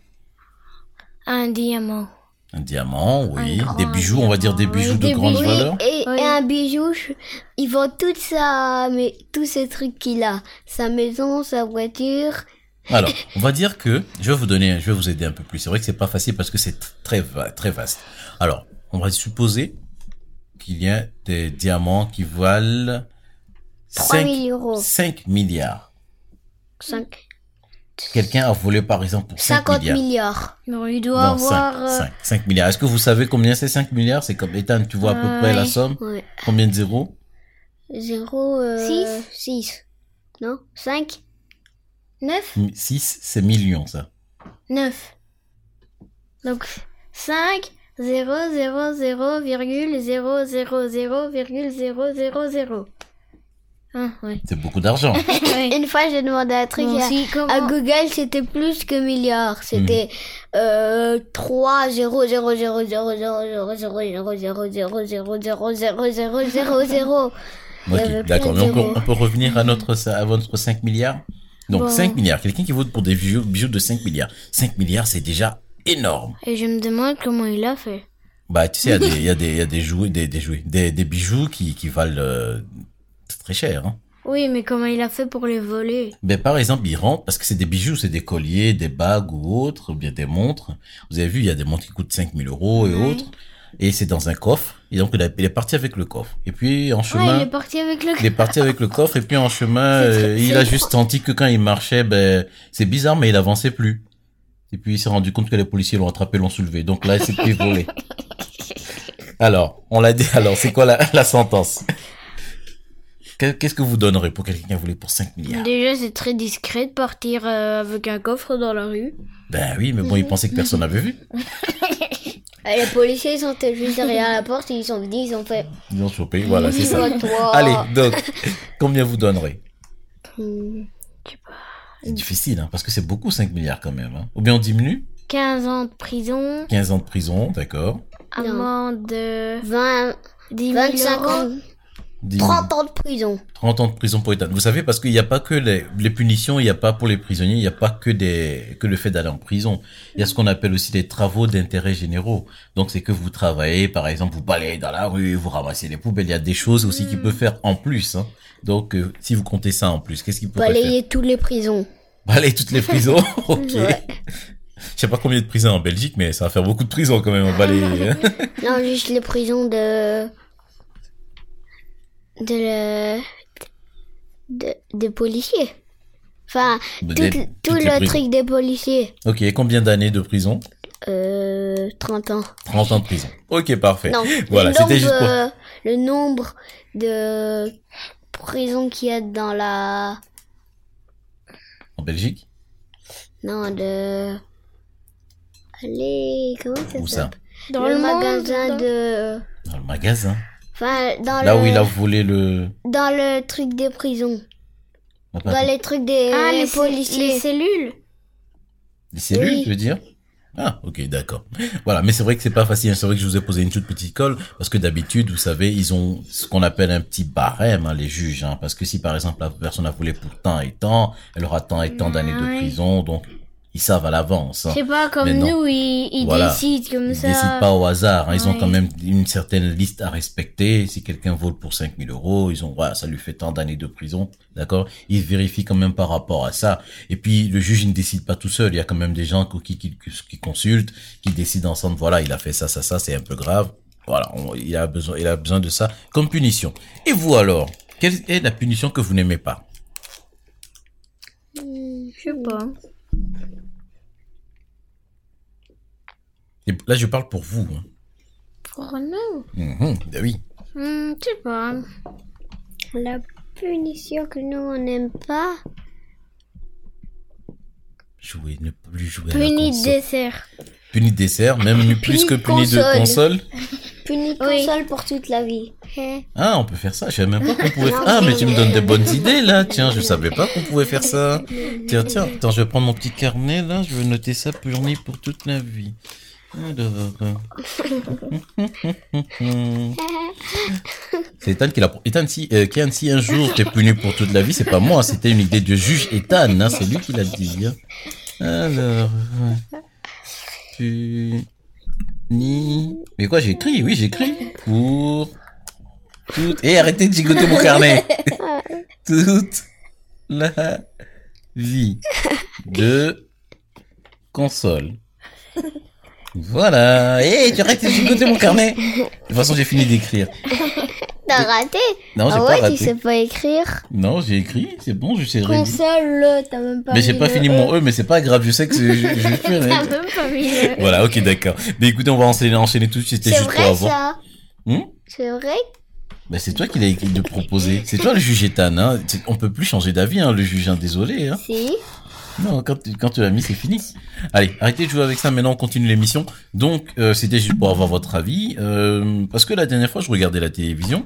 Speaker 2: Un diamant.
Speaker 1: Un diamant, oui.
Speaker 2: Un grand
Speaker 1: des bijoux, on va dire des
Speaker 2: diamant, oui.
Speaker 1: bijoux de
Speaker 2: Des
Speaker 1: grande
Speaker 2: bijoux.
Speaker 1: valeur.
Speaker 3: Et,
Speaker 2: Oui.
Speaker 3: et un bijou, je- il vend toute sa, mais tous ces trucs qu'il a, sa maison, sa voiture.
Speaker 1: Alors, on va dire que, je vais vous donner, je vais vous aider un peu plus. C'est vrai que c'est pas facile parce que c'est tr- très, va- très vaste. Alors, on va supposer qu'il y a des diamants qui valent
Speaker 3: 3
Speaker 1: cinq-
Speaker 3: 000 euros.
Speaker 1: 5 milliards.
Speaker 3: 5,
Speaker 1: Quelqu'un a volé, par exemple, pour 5
Speaker 3: 50
Speaker 1: milliards.
Speaker 3: milliards.
Speaker 2: Non, il
Speaker 1: Non,
Speaker 2: doit avoir.
Speaker 1: 5,
Speaker 2: euh,
Speaker 1: 5, milliards. Est-ce que vous savez combien c'est 5 milliards C'est comme Ethan, tu vois à peu
Speaker 2: Ah,
Speaker 1: près la
Speaker 2: oui.
Speaker 1: somme
Speaker 3: Ouais.
Speaker 1: Combien de zéros
Speaker 3: 0, euh, 6. Non 5
Speaker 2: Neuf
Speaker 1: 6, c'est millions, ça.
Speaker 2: 9. Donc 5 0 0 0 virgule 0 0 0 virgule 0 0 0. Ah
Speaker 3: (coughs)
Speaker 2: ouais.
Speaker 1: C'est beaucoup
Speaker 2: (laughs)
Speaker 1: d'argent.
Speaker 2: ouais.
Speaker 3: Une fois, j'ai demandé un truc
Speaker 2: Bon,
Speaker 3: à,
Speaker 2: si, comment-
Speaker 3: à Google, c'était plus que milliard. C'était
Speaker 1: Mhm.
Speaker 3: euh, 3 0 0 0 0 0 0 0 0 0 0 0 0 0 0 0 0 0.
Speaker 1: Ok,
Speaker 3: avait plein
Speaker 1: d'accord.
Speaker 3: de
Speaker 1: Mais on peut,
Speaker 3: zéros.
Speaker 1: on peut revenir à notre, à votre 5 milliards. Donc,
Speaker 2: Bon.
Speaker 1: 5 milliards. Quelqu'un qui vote pour des bijoux, bijoux de 5 milliards. 5 milliards, c'est déjà énorme.
Speaker 2: Et je me demande comment il a fait.
Speaker 1: Bah, tu sais, il y
Speaker 2: (laughs)
Speaker 1: a des, il y a des, il y a des jouets, des, des jouets, des, des bijoux qui, qui valent euh, très cher, hein.
Speaker 2: Oui, mais comment il a fait pour les voler
Speaker 1: Ben, par exemple, ils rentrent, parce que c'est des bijoux, c'est des colliers, des bagues ou autres, ou bien des montres. Vous avez vu, il y a des montres qui coûtent 5000 euros et
Speaker 2: Ouais.
Speaker 1: autres. Et c'est dans un coffre. Et donc, il, a- il est parti avec le coffre. Et puis, en
Speaker 2: Ah,
Speaker 1: chemin,
Speaker 2: il est parti avec le.
Speaker 1: il est parti avec le coffre. Et puis, en chemin,
Speaker 2: C'est très-
Speaker 1: euh, il
Speaker 2: c'est
Speaker 1: a
Speaker 2: trop-
Speaker 1: juste senti que quand il marchait, ben, c'est bizarre, mais il avançait plus. Et puis, il s'est rendu compte que les policiers l'ont attrapé, l'ont soulevé. Donc là, il s'est fait voler.
Speaker 2: (laughs)
Speaker 1: Alors, on l'a dit. Alors, c'est quoi la, la sentence? Que- Qu'est-ce que vous donnerez pour quelqu'un qui a volé pour 5 milliards
Speaker 2: Déjà, c'est très discret de partir euh, avec un coffre dans la rue.
Speaker 1: Ben oui, mais bon, il pensait que personne n'avait vu.
Speaker 3: Et les policiers, ils sont juste derrière la porte, ils sont venus, ils ont fait.
Speaker 1: Ils ont chopé, voilà, c'est
Speaker 2: Oh.
Speaker 1: ça.
Speaker 3: Toi.
Speaker 1: Allez, donc, combien vous donnerez
Speaker 2: Hmm,
Speaker 1: C'est difficile, hein, parce que c'est beaucoup 5 milliards quand même. hein. Ou bien on diminue
Speaker 2: 15 ans de prison,
Speaker 1: 15 ans de prison, d'accord.
Speaker 3: Non.
Speaker 2: amende euh, de
Speaker 3: 20,
Speaker 2: 10 000
Speaker 3: 25
Speaker 2: euros.
Speaker 3: ans,
Speaker 1: 10
Speaker 3: 30 ans de prison.
Speaker 1: 30 ans de prison pour état. Vous savez, parce qu'il n'y a pas que les, les punitions, il n'y a pas pour les prisonniers, il n'y a pas que des, que le fait d'aller en prison. Il y a ce qu'on appelle aussi des travaux d'intérêt généraux. Donc, c'est que vous travaillez, par exemple, vous balayez dans la rue, vous ramassez les poubelles. Il y a des choses aussi
Speaker 3: Mm.
Speaker 1: qu'il peut faire en plus. hein. Donc, euh, si vous comptez ça en plus, qu'est-ce qu'il peut faire
Speaker 3: Balayer toutes les prisons.
Speaker 1: Balayer toutes les
Speaker 3: (laughs)
Speaker 1: prisons. (laughs) ok.
Speaker 3: Ouais.
Speaker 1: Je sais pas combien de prisons en Belgique, mais ça va faire beaucoup de prisons quand même en balayer. hein.
Speaker 3: Non, juste les prisons de. de. le- de- des policiers. Enfin,
Speaker 1: Des-
Speaker 3: (laughs) tout,
Speaker 1: toutes
Speaker 3: tout
Speaker 1: les
Speaker 3: le
Speaker 1: prisons.
Speaker 3: truc des policiers.
Speaker 1: Ok, et combien d'années de prison
Speaker 3: Euh. 30 ans.
Speaker 1: 30 ans de prison. Ok, parfait.
Speaker 3: Non,
Speaker 1: Voilà,
Speaker 3: le
Speaker 1: c'était
Speaker 3: nombre,
Speaker 1: juste pour-
Speaker 3: euh, le nombre de prisons qu'il y a dans la.
Speaker 1: En Belgique
Speaker 3: Non, de. Allez, comment ça
Speaker 1: Où ça
Speaker 3: s'appelle Le, magasin
Speaker 2: monde,
Speaker 3: de.
Speaker 1: Dans le magasin.
Speaker 3: Enfin, dans
Speaker 1: Là
Speaker 3: le.
Speaker 1: où il a volé le...
Speaker 3: Dans le truc des prisons.
Speaker 1: Ah, pas-
Speaker 3: Dans les trucs des
Speaker 2: Ah,
Speaker 3: les
Speaker 2: les, cé-
Speaker 3: policiers.
Speaker 2: les cellules.
Speaker 1: Les cellules,
Speaker 3: Oui.
Speaker 1: je veux dire Ah, ok, d'accord. Voilà, mais c'est vrai que c'est pas facile. C'est vrai que je vous ai posé une toute petite colle parce que d'habitude, vous savez, ils ont ce qu'on appelle un petit barème, hein, les juges. hein, parce que si, par exemple, la personne a voulu pour tant et tant, elle aura tant et tant d'années de
Speaker 2: Ouais.
Speaker 1: prison, donc ils savent à l'avance. hein.
Speaker 2: C'est pas comme
Speaker 1: Mais non.
Speaker 2: nous, ils, ils
Speaker 1: Voilà.
Speaker 2: décident comme
Speaker 1: Ils
Speaker 2: ça.
Speaker 1: décident pas au hasard. hein. Ils ont
Speaker 2: Ouais.
Speaker 1: quand même une certaine liste à respecter. Si quelqu'un vole pour 5000 euros, ils ont, voilà, ça lui fait tant d'années de prison. D'accord? Ils vérifient quand même par rapport à ça. Et puis, le juge, il ne décide pas tout seul. Il y a quand même des gens qui, qui, qui- qui consultent, qui décident ensemble. Voilà, il a fait ça, ça, ça, c'est un peu grave. Voilà, on- il a besoin, il a besoin de ça comme punition. Et vous alors? Quelle est la punition que vous n'aimez pas?
Speaker 2: Je sais pas.
Speaker 1: Et là, je parle pour vous. hein.
Speaker 2: Pour nous
Speaker 1: Mhm, ben oui.
Speaker 2: Hmm, Je sais pas.
Speaker 3: La punition que nous on n'aime pas.
Speaker 1: Jouer, ne plus jouer à la
Speaker 2: Puni
Speaker 1: console.
Speaker 2: dessert.
Speaker 1: Puni de dessert, même nu- plus
Speaker 3: Puni
Speaker 1: que
Speaker 3: de
Speaker 1: puni de
Speaker 3: console.
Speaker 1: console.
Speaker 3: Puni
Speaker 2: Oui.
Speaker 3: console pour toute la vie.
Speaker 1: Ah, on peut faire ça. Je savais même pas qu'on pouvait faire.
Speaker 3: Non,
Speaker 1: Ah,
Speaker 3: c'est-
Speaker 1: mais tu me donnes des bonnes idées là. Tiens, je savais pas qu'on pouvait faire ça. Tiens, tiens, attends, je vais prendre mon petit carnet là. Je vais noter ça puni pour toute la vie. Alors, euh. C'est Ethan qui l'a. Ethan, si, euh, Kian, si un jour t'es puni pour toute la vie, c'est pas moi, c'était une idée de juge Ethan, hein, c'est lui qui l'a dit. hein. Alors. euh, Puni. Mais quoi, j'écris, oui, j'écris. Pour. Toute. Et Eh, arrêtez de gigoter mon
Speaker 3: (laughs)
Speaker 1: carnet. toute la vie de console. Voilà. Et tu arrêtes de gigoter mon carnet. De toute façon, j'ai fini d'écrire.
Speaker 3: T'as raté
Speaker 1: Non, Oh, j'ai
Speaker 3: Ah
Speaker 1: pas
Speaker 3: ouais,
Speaker 1: raté.
Speaker 3: tu sais pas écrire.
Speaker 1: Non, j'ai écrit, c'est bon, je sais rien.
Speaker 3: Console, t'as même pas.
Speaker 1: Mais j'ai
Speaker 3: mis
Speaker 1: pas
Speaker 3: le
Speaker 1: fini
Speaker 3: E.
Speaker 1: mon E, mais c'est pas grave, je sais que c'est- je, je suis honnête.
Speaker 3: (laughs)
Speaker 2: T'as même pas mis
Speaker 1: (laughs)
Speaker 2: le-
Speaker 1: Voilà, ok, d'accord. Mais écoutez, on va enchaîner, enchaîner tout de suite, c'était
Speaker 3: C'est
Speaker 1: juste pour
Speaker 3: vrai
Speaker 1: avoir.
Speaker 3: ça
Speaker 1: Hmm
Speaker 3: C'est vrai
Speaker 1: Ben, c'est toi qui l'as écrit de proposer. C'est toi le juge Ethan, hein. C'est- On peut plus changer d'avis, hein, le juge, hein, désolé, hein.
Speaker 3: Si.
Speaker 1: Non, quand tu, quand tu l'as mis, c'est fini. Allez, arrêtez de jouer avec ça. Maintenant, on continue l'émission. Donc, euh, c'était juste pour avoir votre avis. euh, parce que la dernière fois, je regardais la télévision.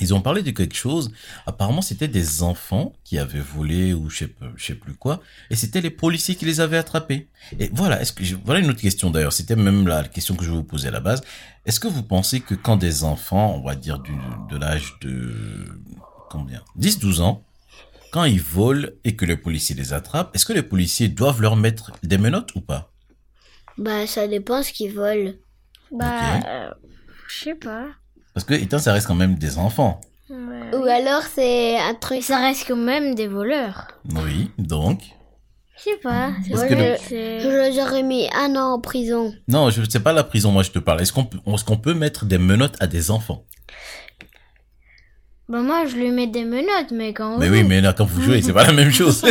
Speaker 1: Ils ont parlé de quelque chose. Apparemment, c'était des enfants qui avaient volé ou je sais, pas- je sais plus quoi. Et c'était les policiers qui les avaient attrapés. Et voilà, est-ce que je- voilà une autre question d'ailleurs. C'était même la question que je vous posais à la base. Est-ce que vous pensez que quand des enfants, on va dire du, de l'âge de combien 10-12 ans, quand ils volent et que les policiers les attrapent, est-ce que les policiers doivent leur mettre des menottes ou pas
Speaker 3: Bah, ça dépend ce qu'ils volent.
Speaker 2: Bah,
Speaker 1: Ok.
Speaker 2: euh, je sais pas.
Speaker 1: Parce que étant ça reste quand même des enfants.
Speaker 2: Ouais.
Speaker 3: Ou alors c'est un
Speaker 2: Mais
Speaker 3: truc.
Speaker 2: ça reste quand même des voleurs.
Speaker 1: Oui, donc
Speaker 2: Je sais pas. c'est
Speaker 1: Parce
Speaker 2: vrai
Speaker 1: que
Speaker 2: que
Speaker 1: le-
Speaker 2: c'est-
Speaker 3: Je les aurais mis un an en prison.
Speaker 1: non, je sais pas la prison. Moi, je te parle. Est-ce qu'on peut, est-ce qu'on peut mettre des menottes à des enfants
Speaker 2: Bah, moi, je lui mets des menottes, mais quand on
Speaker 1: Mais
Speaker 2: joue.
Speaker 1: oui, mais là, quand vous jouez, c'est pas la même chose.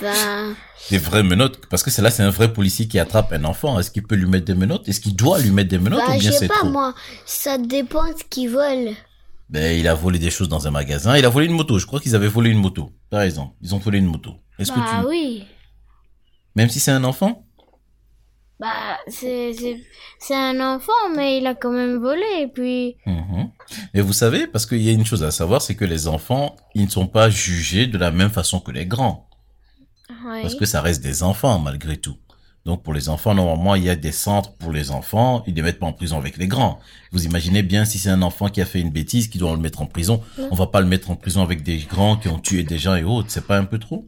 Speaker 3: Bah,
Speaker 1: des vraies menottes, parce que c'est là, c'est un vrai policier qui attrape un enfant. Est-ce qu'il peut lui mettre des menottes Est-ce qu'il doit lui mettre des menottes
Speaker 3: bah
Speaker 1: ou
Speaker 3: je
Speaker 1: bien
Speaker 3: sais
Speaker 1: c'est
Speaker 3: pas
Speaker 1: trop
Speaker 3: moi. Ça dépend ce qu'ils volent.
Speaker 1: Ben, il a volé des choses dans un magasin. Il a volé une moto. Je crois qu'ils avaient volé une moto. Par exemple, ils ont volé une moto. Est-ce que
Speaker 2: Bah
Speaker 1: tu,
Speaker 2: oui.
Speaker 1: même si c'est un enfant,
Speaker 2: Bah, c'est c'est- c'est un enfant, mais il a quand même volé. Et puis,
Speaker 1: Mhm. et vous savez, parce qu'il y a une chose à savoir, c'est que les enfants, ils ne sont pas jugés de la même façon que les grands,
Speaker 2: oui.
Speaker 1: parce que ça reste des enfants malgré tout. Donc pour les enfants, normalement, il y a des centres pour les enfants. Ils ne les mettent pas en prison avec les grands. Vous imaginez bien si c'est un enfant qui a fait une bêtise, qui doit le mettre en prison. On va pas le mettre en prison avec des grands qui ont tué des gens et autres. C'est pas un peu trop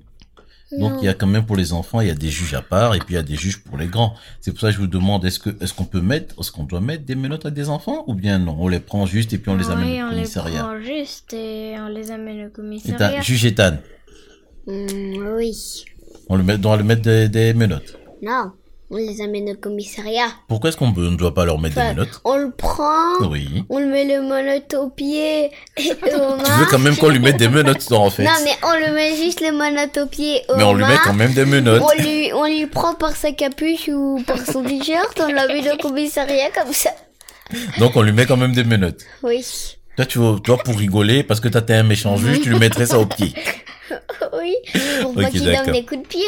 Speaker 1: Donc
Speaker 2: Non.
Speaker 1: il y a quand même pour les enfants, il y a des juges à part et puis il y a des juges pour les grands. C'est pour ça que je vous demande est-ce que est-ce qu'on peut mettre, est-ce qu'on doit mettre des menottes à des enfants ou bien non On les prend juste et puis on les amène
Speaker 2: Oui,
Speaker 1: au
Speaker 2: on les
Speaker 1: commissariat.
Speaker 2: prend juste et on les amène au
Speaker 1: Et t'as-
Speaker 2: commissariat.
Speaker 1: juge Ethan,
Speaker 3: Hmm, oui.
Speaker 1: on le met, on doit le mettre des, des menottes.
Speaker 3: Non, on les amène au commissariat.
Speaker 1: Pourquoi est-ce qu'on peut- on ne doit pas leur mettre
Speaker 3: Enfin,
Speaker 1: des menottes
Speaker 3: on le prend,
Speaker 1: Oui.
Speaker 3: on le met le monote au pied et au
Speaker 1: Tu veux
Speaker 3: marche.
Speaker 1: quand même qu'on lui mette des menottes, toi, en fait.
Speaker 3: Non, mais on le met juste le monote au pied au
Speaker 1: Mais on lui met
Speaker 3: marche.
Speaker 1: quand même des menottes.
Speaker 3: On lui, on lui prend par sa capuche ou par son t-shirt,
Speaker 1: (laughs)
Speaker 3: on l'amène au commissariat comme ça.
Speaker 1: Donc on lui met quand même des menottes.
Speaker 3: Oui.
Speaker 1: Toi, tu vois, toi, pour rigoler, parce que t'as été un méchant juge, tu lui mettrais ça au
Speaker 3: (laughs)
Speaker 1: pied.
Speaker 3: Oui. Pour pas
Speaker 1: Ok,
Speaker 3: qu'il donne
Speaker 1: d'accord.
Speaker 3: des coups de pied.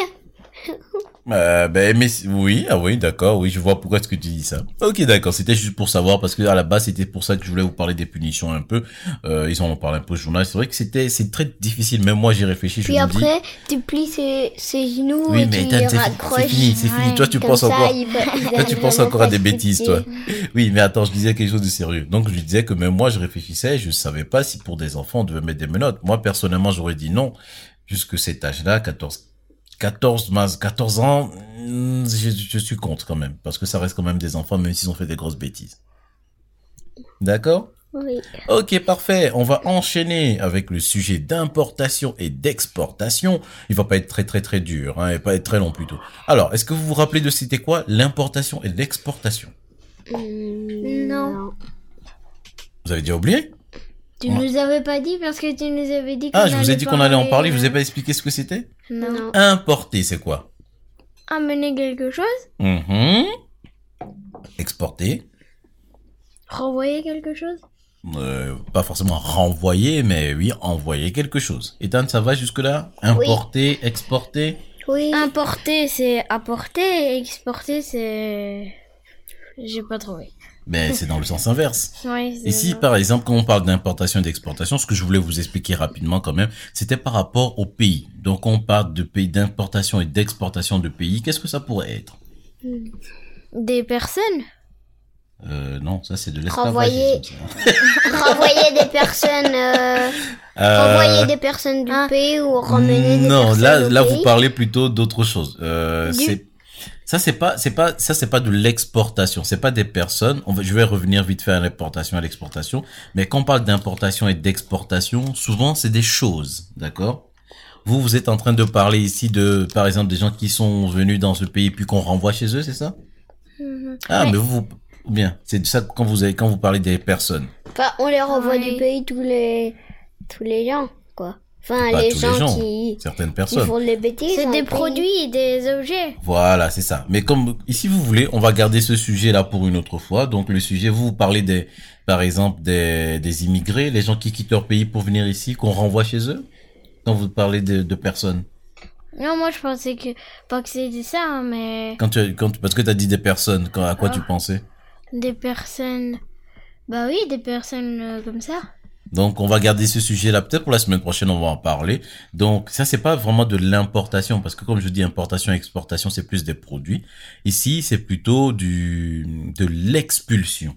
Speaker 1: Euh, ben, mais oui, ah oui, d'accord, oui, je vois pourquoi est-ce que tu dis ça. Ok, d'accord, c'était juste pour savoir parce que à la base c'était pour ça que je voulais vous parler des punitions un peu. Euh, ils en ont parlé un peu au journal. C'est vrai que c'était, c'est très difficile. Même moi, j'y réfléchis.
Speaker 3: Puis
Speaker 1: je me dis,
Speaker 3: après, tu plies ses, ses genoux
Speaker 1: oui,
Speaker 3: et
Speaker 1: mais
Speaker 3: tu les
Speaker 1: Ethan, c'est fini,
Speaker 3: raccroches.
Speaker 1: c'est fini, c'est fini.
Speaker 2: Ouais,
Speaker 1: Toi, tu
Speaker 3: Comme
Speaker 1: penses
Speaker 3: ça,
Speaker 1: encore.
Speaker 3: il
Speaker 1: (laughs)
Speaker 3: va- il
Speaker 1: Toi, tu
Speaker 3: va
Speaker 1: penses
Speaker 3: vraiment
Speaker 1: encore à
Speaker 3: pas
Speaker 1: des
Speaker 3: se
Speaker 1: bêtises,
Speaker 3: couper.
Speaker 1: toi. Oui, mais attends, je disais quelque chose de sérieux. Donc, je lui disais que même moi, je réfléchissais, je savais pas si pour des enfants, on devait mettre des menottes. Moi, personnellement, j'aurais dit non. Jusque cet âge-là, 14, 14, mince, 14 ans, hmm, je, je suis contre quand même. Parce que ça reste quand même des enfants, même s'ils ont fait des grosses bêtises. D'accord?
Speaker 3: Oui.
Speaker 1: Ok, parfait. On va enchaîner avec le sujet d'importation et d'exportation. Il va pas être très très très dur, hein, et pas être très long plutôt. Alors, est-ce que vous vous rappelez de c'était quoi l'importation et l'exportation
Speaker 2: Non.
Speaker 1: Vous avez déjà oublié
Speaker 2: Tu
Speaker 1: Ouais.
Speaker 2: nous avais pas dit parce que tu nous avais dit qu'on
Speaker 1: Ah, je vous ai dit qu'on allait en parler. Je vous ai
Speaker 2: euh,
Speaker 1: pas expliqué ce que c'était.
Speaker 2: Non.
Speaker 3: Non.
Speaker 1: Importer, c'est quoi
Speaker 2: Amener quelque chose,
Speaker 1: Mhm. Exporter.
Speaker 2: renvoyer quelque chose.
Speaker 1: Euh, pas forcément renvoyer, mais oui, envoyer quelque chose. Ethan, ça va jusque-là Importer, exporter
Speaker 3: Oui.
Speaker 2: Importer, c'est apporter. et Exporter, c'est. J'ai pas trouvé.
Speaker 1: Mais Ben, c'est dans le sens inverse.
Speaker 2: Ouais,
Speaker 1: Et
Speaker 2: (laughs) c'est
Speaker 1: si,
Speaker 2: ça.
Speaker 1: par exemple, quand on parle d'importation et d'exportation, ce que je voulais vous expliquer rapidement quand même, c'était par rapport au pays. Donc, on parle de pays d'importation et d'exportation de pays. Qu'est-ce que ça pourrait être
Speaker 2: Des personnes
Speaker 1: euh, Non, ça c'est de
Speaker 3: Renvoyer.
Speaker 1: l'esclavagisme. ça.
Speaker 3: renvoyer des personnes, euh,
Speaker 1: Euh,
Speaker 3: renvoyer des personnes du pays ou ramener des
Speaker 1: non,
Speaker 3: personnes
Speaker 1: là,
Speaker 3: au
Speaker 1: là,
Speaker 3: pays.
Speaker 1: vous parlez plutôt d'autre chose. Euh,
Speaker 2: Du-
Speaker 1: c'est ça, c'est pas, c'est pas, ça, c'est pas de l'exportation. C'est pas des personnes. On va, je vais revenir vite fait à l'importation et à l'exportation. Mais quand on parle d'importation et d'exportation, souvent c'est des choses, d'accord Vous, vous êtes en train de parler ici de, par exemple, des gens qui sont venus dans ce pays puis qu'on renvoie chez eux, c'est ça Ah, mais vous, vous- bien, c'est de ça que quand vous avez, quand vous parlez des personnes.
Speaker 3: Enfin, on les renvoie
Speaker 2: Oui.
Speaker 3: du pays tous les, tous les gens, quoi. Enfin,
Speaker 1: Pas
Speaker 3: les
Speaker 1: Bah, tous
Speaker 3: gens,
Speaker 1: les gens,
Speaker 3: qui,
Speaker 1: certaines
Speaker 3: qui
Speaker 1: personnes.
Speaker 3: font des bêtises.
Speaker 2: C'est
Speaker 3: dans
Speaker 2: des
Speaker 3: le pays.
Speaker 2: produits, des objets.
Speaker 1: Voilà, c'est ça. Mais comme ici vous voulez, on va garder ce sujet-là pour une autre fois. Donc le sujet, vous, vous parlez des, par exemple des, des immigrés, les gens qui quittent leur pays pour venir ici, qu'on renvoie chez eux. Quand vous parlez de, de personnes,
Speaker 2: Non, moi je pensais que. Pas que c'était ça, hein, mais.
Speaker 1: quand tu, quand tu- parce que t'as dit des personnes, quand, à quoi tu pensais
Speaker 2: Des personnes. Bah oui, des personnes euh, comme ça.
Speaker 1: Donc on va garder ce sujet-là peut-être pour la semaine prochaine, on va en parler. Donc ça c'est pas vraiment de l'importation parce que comme je dis importation exportation c'est plus des produits. Ici c'est plutôt du de l'expulsion.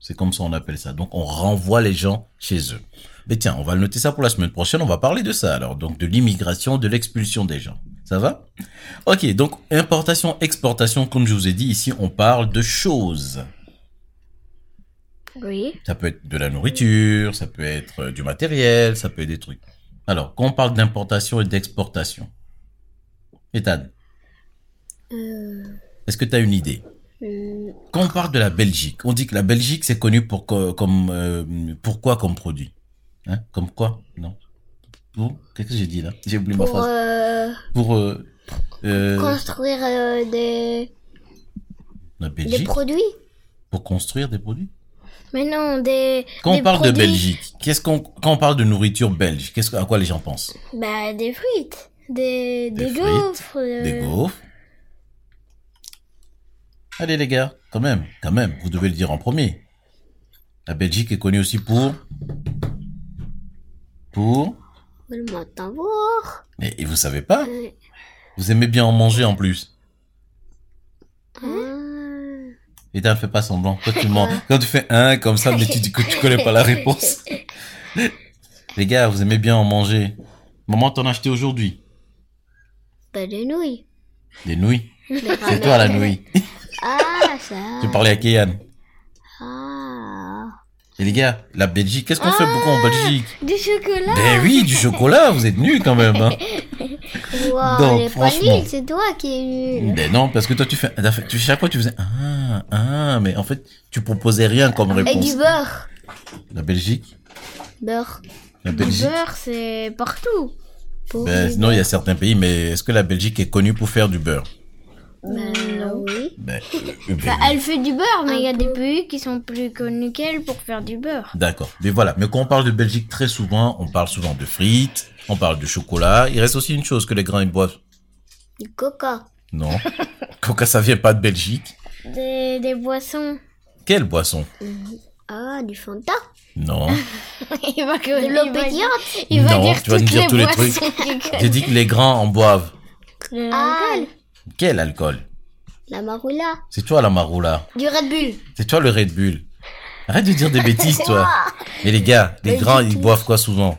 Speaker 1: C'est comme ça on appelle ça. Donc on renvoie les gens chez eux. Mais tiens, on va noter ça pour la semaine prochaine, on va parler de ça alors. Donc de l'immigration, de l'expulsion des gens. Ça va OK, donc importation exportation comme je vous ai dit ici on parle de choses.
Speaker 2: Oui.
Speaker 1: Ça peut être de la nourriture, ça peut être euh, du matériel, ça peut être des trucs. Alors, quand on parle d'importation et d'exportation, Ethan,
Speaker 3: Euh.
Speaker 1: est-ce que tu as une idée
Speaker 3: Hmm,
Speaker 1: Quand on parle de la Belgique, on dit que la Belgique, c'est connu pour, co- comme, euh, pour quoi comme produit hein Comme quoi Non Pour Qu'est-ce que j'ai dit là J'ai oublié ma
Speaker 3: Pour
Speaker 1: phrase.
Speaker 3: euh,
Speaker 1: Pour euh, euh,
Speaker 3: construire euh, des,
Speaker 1: la
Speaker 3: des
Speaker 1: Belgique
Speaker 3: produits.
Speaker 1: Pour construire des produits
Speaker 2: Mais non, des.
Speaker 1: Quand
Speaker 2: des
Speaker 1: on parle de
Speaker 2: produits-
Speaker 1: Belgique, qu'est-ce qu'on quand on parle de nourriture belge, qu'est-ce que- à quoi les gens pensent
Speaker 2: Bah, des frites. Des,
Speaker 1: Des
Speaker 2: des,
Speaker 1: frites,
Speaker 2: gaufres.
Speaker 1: Des
Speaker 2: euh,
Speaker 1: gaufres. Allez les gars, quand même, quand même, vous devez le dire en premier. La Belgique est connue aussi pour pour
Speaker 3: Le matin, voir.
Speaker 1: mais et vous savez pas
Speaker 3: Euh,
Speaker 1: Vous aimez bien en manger en plus.
Speaker 2: Hein
Speaker 3: ah.
Speaker 1: Et t'en fais pas semblant. Quand tu mens,
Speaker 2: (laughs)
Speaker 1: quand tu fais un comme ça, mais tu dis que tu connais pas la réponse. les gars, vous aimez bien en manger. Maman t'en a acheté aujourd'hui.
Speaker 3: Pas de nouilles.
Speaker 1: Des nouilles. C'est
Speaker 3: C'est
Speaker 1: toi la nouille.
Speaker 3: Ah, ça.
Speaker 1: (laughs) Tu parlais à Kéyan.
Speaker 3: Ah.
Speaker 1: Et les gars, la Belgique, qu'est-ce qu'on fait beaucoup en Belgique
Speaker 2: Du chocolat.
Speaker 1: Ben oui, du chocolat, vous êtes nus quand même. Hein.
Speaker 3: (laughs) Wow,
Speaker 1: Donc,
Speaker 3: elle est pas
Speaker 1: franchement.
Speaker 3: nulle, Oh, c'est toi qui es nul.
Speaker 1: Ben non, parce que toi tu fais, t'as fait- tu, chaque fois tu faisais ah ah, mais en fait tu proposais rien comme
Speaker 3: Et du
Speaker 1: réponse.
Speaker 3: beurre.
Speaker 1: La Belgique,
Speaker 3: Beurre.
Speaker 1: la
Speaker 2: Du
Speaker 1: Belgique.
Speaker 2: beurre, c'est partout.
Speaker 3: Pour
Speaker 1: Ben,
Speaker 3: du
Speaker 1: sinon il y a certains pays, mais est-ce que la Belgique est connue pour faire du beurre
Speaker 3: beurre. Bah, oui.
Speaker 1: Ben, euh, euh, ben,
Speaker 2: Enfin, elle fait du beurre, mais
Speaker 3: Un
Speaker 2: il y a
Speaker 3: peu.
Speaker 2: des pays qui sont plus connus qu'elle pour faire du beurre.
Speaker 1: D'accord. Mais voilà. Mais quand on parle de Belgique, très souvent, on parle souvent de frites, on parle de chocolat. Il reste aussi une chose que les grands ils boivent.
Speaker 3: Du coca.
Speaker 1: Non. Coca, ça vient pas de Belgique.
Speaker 2: Des, des boissons.
Speaker 1: Quelle boisson
Speaker 3: Ah, du Fanta.
Speaker 1: Non.
Speaker 2: il va
Speaker 3: De
Speaker 2: Ah, que-
Speaker 3: l'eau
Speaker 2: il va-
Speaker 3: pétillante.
Speaker 2: Il va
Speaker 1: Non,
Speaker 2: dire
Speaker 1: tu vas nous
Speaker 2: toutes
Speaker 1: dire
Speaker 2: les
Speaker 1: tous les
Speaker 2: boissons (laughs) qu'il
Speaker 1: J'ai dit que les grands en boivent.
Speaker 2: connaît.
Speaker 3: Ah,
Speaker 1: Quel alcool
Speaker 3: la maroula.
Speaker 1: C'est toi la maroula.
Speaker 3: Du Red Bull.
Speaker 1: C'est toi le Red Bull. Arrête de dire des bêtises, toi. Mais les gars, les
Speaker 3: Pas du
Speaker 1: grands, ils
Speaker 3: tout.
Speaker 1: boivent quoi souvent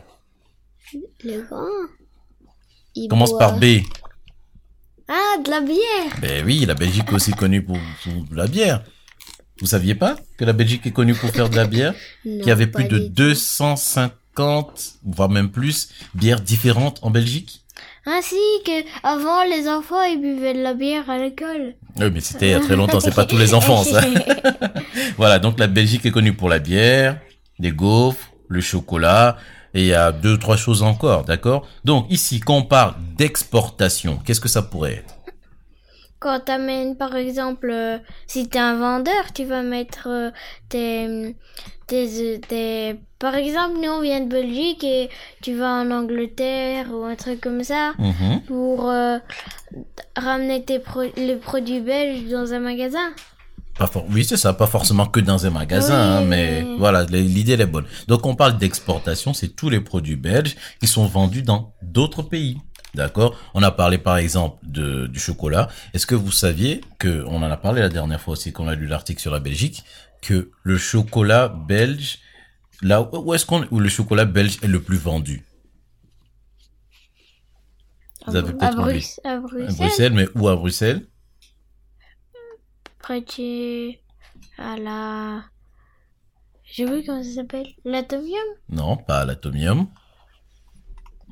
Speaker 3: Le grand. Il
Speaker 1: Commence
Speaker 3: boit-
Speaker 1: par B.
Speaker 3: Ah, de la bière.
Speaker 1: Ben oui, la Belgique est aussi connue pour, pour la bière. Vous saviez pas que la Belgique est connue pour faire de la bière
Speaker 3: Non,
Speaker 1: qu'il y avait
Speaker 3: pas
Speaker 1: plus de
Speaker 3: du-
Speaker 1: 250, voire même plus, bières différentes en Belgique.
Speaker 2: Ainsi que avant les enfants ils buvaient de la bière à l'école.
Speaker 1: Oui, mais c'était il y a très longtemps, c'est pas
Speaker 3: (laughs)
Speaker 1: tous les enfants, ça. voilà, donc la Belgique est connue pour la bière, les gaufres, le chocolat, et il y a deux, trois choses encore, d'accord Donc ici, quand on parle d'exportation, qu'est-ce que ça pourrait être
Speaker 2: Quand t'amènes par exemple, euh, si t'es un vendeur, tu vas mettre euh, tes, tes, tes- Par exemple, nous on vient de Belgique et tu vas en Angleterre ou un truc comme ça
Speaker 1: Mhm.
Speaker 2: pour euh, ramener tes pro- les produits belges dans un magasin.
Speaker 1: Pas for- oui, c'est ça, pas forcément que dans un magasin,
Speaker 2: Oui.
Speaker 1: hein, mais voilà, l- l'idée elle est bonne. Donc on parle d'exportation, c'est tous les produits belges qui sont vendus dans d'autres pays. D'accord On a parlé par exemple de, du chocolat. Est-ce que vous saviez que on en a parlé la dernière fois aussi qu'on a lu l'article sur la Belgique que le chocolat belge là où- où est-ce qu'on où le chocolat belge est le plus vendu Vous avez
Speaker 2: À,
Speaker 1: peut-être oublié.
Speaker 2: Bruxelles, à
Speaker 1: À
Speaker 2: Bruxelles,
Speaker 1: Bruxelles, mais où à Bruxelles
Speaker 2: près de chez- à la... J'ai oublié comment ça s'appelle. L'atomium
Speaker 1: Non, pas à l'Atomium.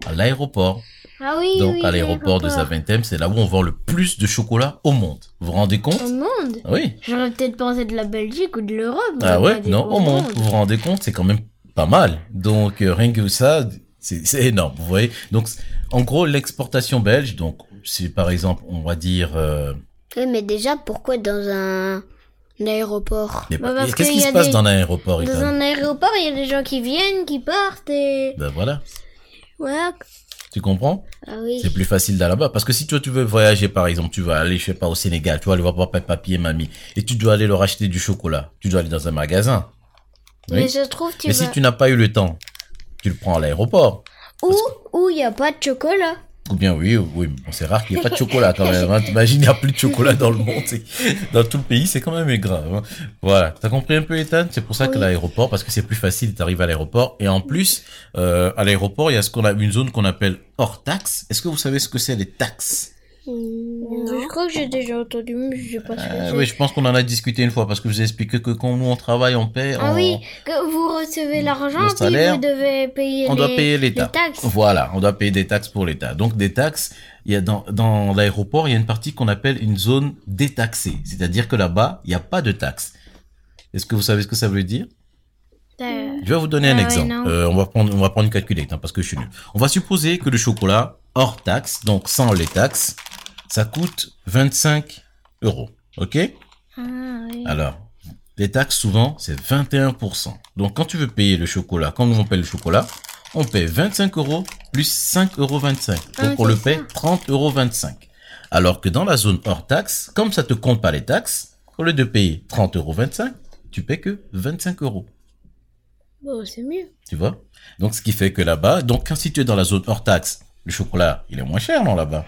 Speaker 1: À l'aéroport.
Speaker 2: Ah oui,
Speaker 1: Donc,
Speaker 2: oui,
Speaker 1: à l'aéroport de
Speaker 2: l'aéroport.
Speaker 1: Zaventem, c'est là où on vend le plus de chocolat au monde. Vous vous rendez compte Ah
Speaker 2: Au monde
Speaker 1: Oui.
Speaker 2: J'aurais peut-être pensé de la Belgique ou de l'Europe. mais
Speaker 1: Ah
Speaker 2: pas
Speaker 1: ouais
Speaker 2: du
Speaker 1: Non,
Speaker 2: tout
Speaker 1: au monde. Vous vous rendez compte C'est quand même pas mal. Donc, euh, rien que ça, c'est c'est énorme, vous voyez Donc, c- en gros, l'exportation belge, donc, c'est par exemple, on va dire... euh,
Speaker 3: Oui, mais déjà, pourquoi dans un, un aéroport
Speaker 1: les-
Speaker 2: Bah, parce
Speaker 1: Qu'est-ce
Speaker 2: qu'il
Speaker 1: qui
Speaker 2: y
Speaker 1: se
Speaker 2: a
Speaker 1: passe
Speaker 2: des-
Speaker 1: dans l'aéroport
Speaker 2: Dans
Speaker 1: Ethan
Speaker 2: un aéroport, il y a des gens qui viennent, qui partent et...
Speaker 1: Ben voilà,
Speaker 2: Ouais.
Speaker 1: tu comprends
Speaker 3: Ah oui.
Speaker 1: C'est plus facile d'aller là-bas. Parce que si toi, tu veux voyager, par exemple, tu vas aller, je sais pas, au Sénégal, tu vas aller voir papa, papi et mamie, et tu dois aller leur acheter du chocolat, tu dois aller dans un magasin. Oui.
Speaker 2: Mais je trouve tu
Speaker 1: Mais
Speaker 2: vas...
Speaker 1: si tu n'as pas eu le temps, tu le prends à l'aéroport.
Speaker 2: Ou où il n'y a pas de chocolat.
Speaker 1: Ou bien oui, oui, bon, c'est rare qu'il n'y ait pas de chocolat quand même. Hein. T'imagines, il n'y a plus de chocolat dans le monde. c'est- Dans tout le pays, c'est quand même grave. hein. Voilà, t'as compris un peu Ethan C'est pour ça que
Speaker 3: Oui.
Speaker 1: l'aéroport, parce que c'est plus facile, t'arrives à l'aéroport. Et en plus, euh, à l'aéroport, il y a ce qu'on a une zone qu'on appelle hors taxe. Est-ce que vous savez ce que c'est les taxes
Speaker 3: Mmh.
Speaker 2: Je crois que j'ai déjà entendu, mais je sais pas ce que
Speaker 1: Euh,
Speaker 2: c'est.
Speaker 1: Oui, je pense qu'on en a discuté une fois, parce que je vous ai expliqué que quand nous on travaille, on paie,
Speaker 2: Ah
Speaker 1: on-
Speaker 2: oui, que vous recevez l'argent,
Speaker 1: le
Speaker 2: puis
Speaker 1: salaire,
Speaker 2: vous devez payer
Speaker 1: on
Speaker 2: les,
Speaker 1: doit payer l'État. (laughs)
Speaker 2: les taxes.
Speaker 1: Voilà, on doit payer des taxes pour l'État. Donc des taxes, il y a dans, dans l'aéroport, il y a une partie qu'on appelle une zone détaxée, c'est-à-dire que là-bas, il n'y a pas de taxes. Est-ce que vous savez ce que ça veut dire
Speaker 2: Euh,
Speaker 1: Je vais vous donner un
Speaker 2: Ah ouais,
Speaker 1: exemple.
Speaker 2: non.
Speaker 1: Euh, on va prendre, on va prendre une calculette hein, parce que je suis nul. On va supposer que le chocolat hors taxes, donc sans les taxes, ça coûte 25 euros. Ok
Speaker 2: ah oui.
Speaker 1: Alors, les taxes, souvent, c'est 21%. Donc, quand tu veux payer le chocolat, quand on paye le chocolat, on paie 25 euros plus 5,25 euros. Donc,
Speaker 2: Ah,
Speaker 1: on
Speaker 2: c'est
Speaker 1: le
Speaker 2: ça.
Speaker 1: paie 30,25 euros. Alors que dans la zone hors taxe, comme ça te compte pas les taxes, au lieu de payer 30,25 euros, tu paies que 25 euros.
Speaker 3: Oh,
Speaker 2: Bon, c'est mieux.
Speaker 1: Tu vois Donc, ce qui fait que là-bas, donc, quand si tu es dans la zone hors taxe, le chocolat, il est moins cher, non, là-bas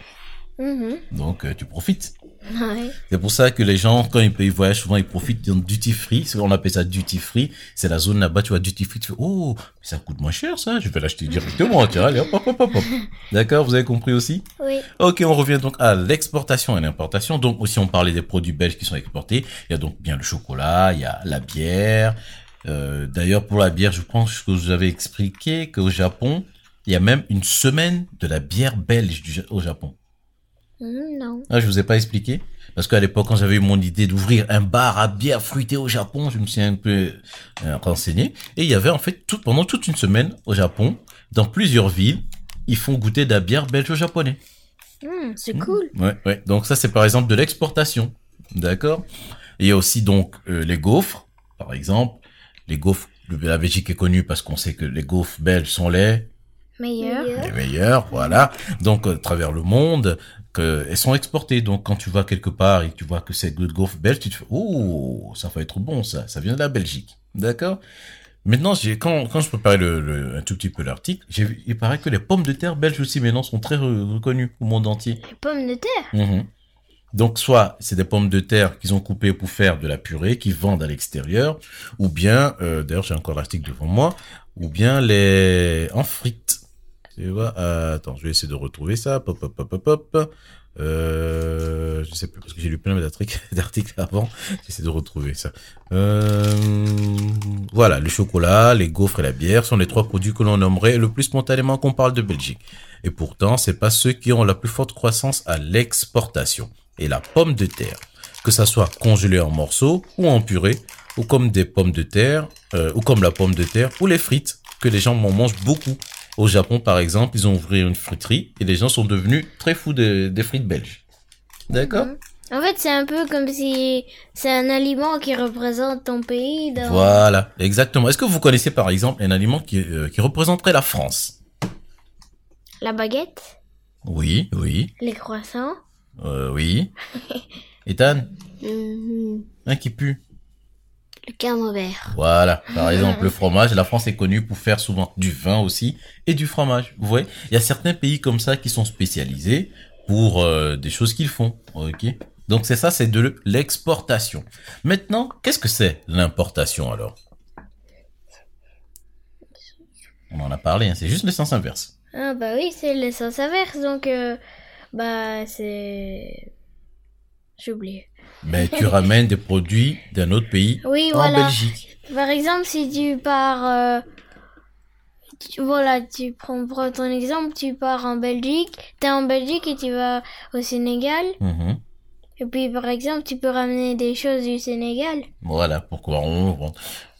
Speaker 2: Mhm,
Speaker 1: Donc, euh, tu profites.
Speaker 2: Ouais.
Speaker 1: C'est pour ça que les gens, quand ils, ils voyagent, souvent ils profitent d'un duty free. On appelle ça duty free. C'est la zone là-bas, tu vois, duty free, tu fais, oh, ça coûte moins cher, ça. Je vais l'acheter directement, tu vois. Allez, hop, hop, hop, hop,
Speaker 2: (laughs)
Speaker 1: hop. D'accord, vous avez compris aussi?
Speaker 2: Oui.
Speaker 1: Ok, on revient donc à l'exportation et l'importation. Donc, aussi, on parlait des produits belges qui sont exportés. Il y a donc bien le chocolat, il y a la bière. Euh, D'ailleurs, pour la bière, je pense que vous avez expliqué qu'au Japon, il y a même une semaine de la bière belge du Ja- au Japon.
Speaker 2: Mhm, non.
Speaker 1: Ah, je vous ai pas expliqué. Parce qu'à l'époque, quand j'avais eu mon idée d'ouvrir un bar à bière fruitée au Japon, je me suis un peu euh, renseigné. Et il y avait en fait tout, pendant toute une semaine au Japon, dans plusieurs villes, ils font goûter de la bière belge aux japonais. Hum,
Speaker 2: Mhm, c'est cool.
Speaker 1: Ouais, ouais. Donc ça, c'est par exemple de l'exportation. D'accord Il y a aussi donc euh, les gaufres, par exemple. Les gaufres, la Belgique est connue parce qu'on sait que les gaufres belges sont laids,
Speaker 2: Meilleur.
Speaker 3: Meilleur.
Speaker 1: les meilleurs, voilà. Donc, euh, à travers le monde, que, elles sont exportées. Donc, quand tu vas quelque part et que tu vois que c'est Good Golf belge, tu te fais, oh, ça va être bon, ça. Ça vient de la Belgique. D'accord? Maintenant, j'ai, quand, quand je préparais le, le- un tout petit peu l'article, j'ai vu- il paraît que les pommes de terre belges aussi maintenant sont très re- reconnues au monde entier.
Speaker 2: Les pommes de terre.
Speaker 1: Mhm. Donc, soit c'est des pommes de terre qu'ils ont coupées pour faire de la purée, qu'ils vendent à l'extérieur, ou bien, euh, d'ailleurs, j'ai encore l'article devant moi, ou bien les en frites. Tu vois, euh, attends, je vais essayer de retrouver ça. Pop, pop, pop, pop, pop. Euh, je sais plus parce que j'ai lu plein d'articles (laughs) d'articles avant. J'essaie de retrouver ça. Euh, voilà, le chocolat, les gaufres et la bière sont les trois produits que l'on nommerait le plus spontanément qu'on parle de Belgique. Et pourtant, c'est pas ceux qui ont la plus forte croissance à l'exportation. Et la pomme de terre, que ça soit congelée en morceaux ou en purée, ou comme des pommes de terre, euh, ou comme la pomme de terre, ou les frites, que les gens en mangent beaucoup. Au Japon, par exemple, ils ont ouvert une friterie et les gens sont devenus très fous de- des frites belges. D'accord
Speaker 2: En fait, c'est un peu comme si c'est un aliment qui représente ton pays. dans-
Speaker 1: Voilà, exactement. Est-ce que vous connaissez par exemple un aliment qui, euh, qui représenterait la France
Speaker 2: La baguette,
Speaker 1: Oui, oui,
Speaker 2: les croissants.
Speaker 1: euh, oui. Ethan,
Speaker 3: Mhm.
Speaker 1: un qui pue.
Speaker 3: Le camembert.
Speaker 1: Voilà, par exemple, le fromage, la France est connue pour faire souvent du vin aussi et du fromage. Vous voyez, il y a certains pays comme ça qui sont spécialisés pour euh, des choses qu'ils font. Ok, donc c'est ça, c'est de l'exportation. Maintenant, qu'est-ce que c'est l'importation alors On en a parlé, hein, c'est juste le sens inverse.
Speaker 2: Ah bah oui, c'est l'essence inverse, donc euh, bah c'est... J'ai oublié.
Speaker 1: Mais tu ramènes des produits d'un autre pays
Speaker 2: Oui,
Speaker 1: en
Speaker 2: voilà.
Speaker 1: Belgique.
Speaker 2: Par exemple, si tu pars... euh, tu- voilà, tu prends, prends ton exemple, tu pars en Belgique, t'es en Belgique et tu vas au Sénégal.
Speaker 1: Mhm.
Speaker 2: Et puis par exemple, tu peux ramener des choses du Sénégal.
Speaker 1: Voilà, pourquoi on.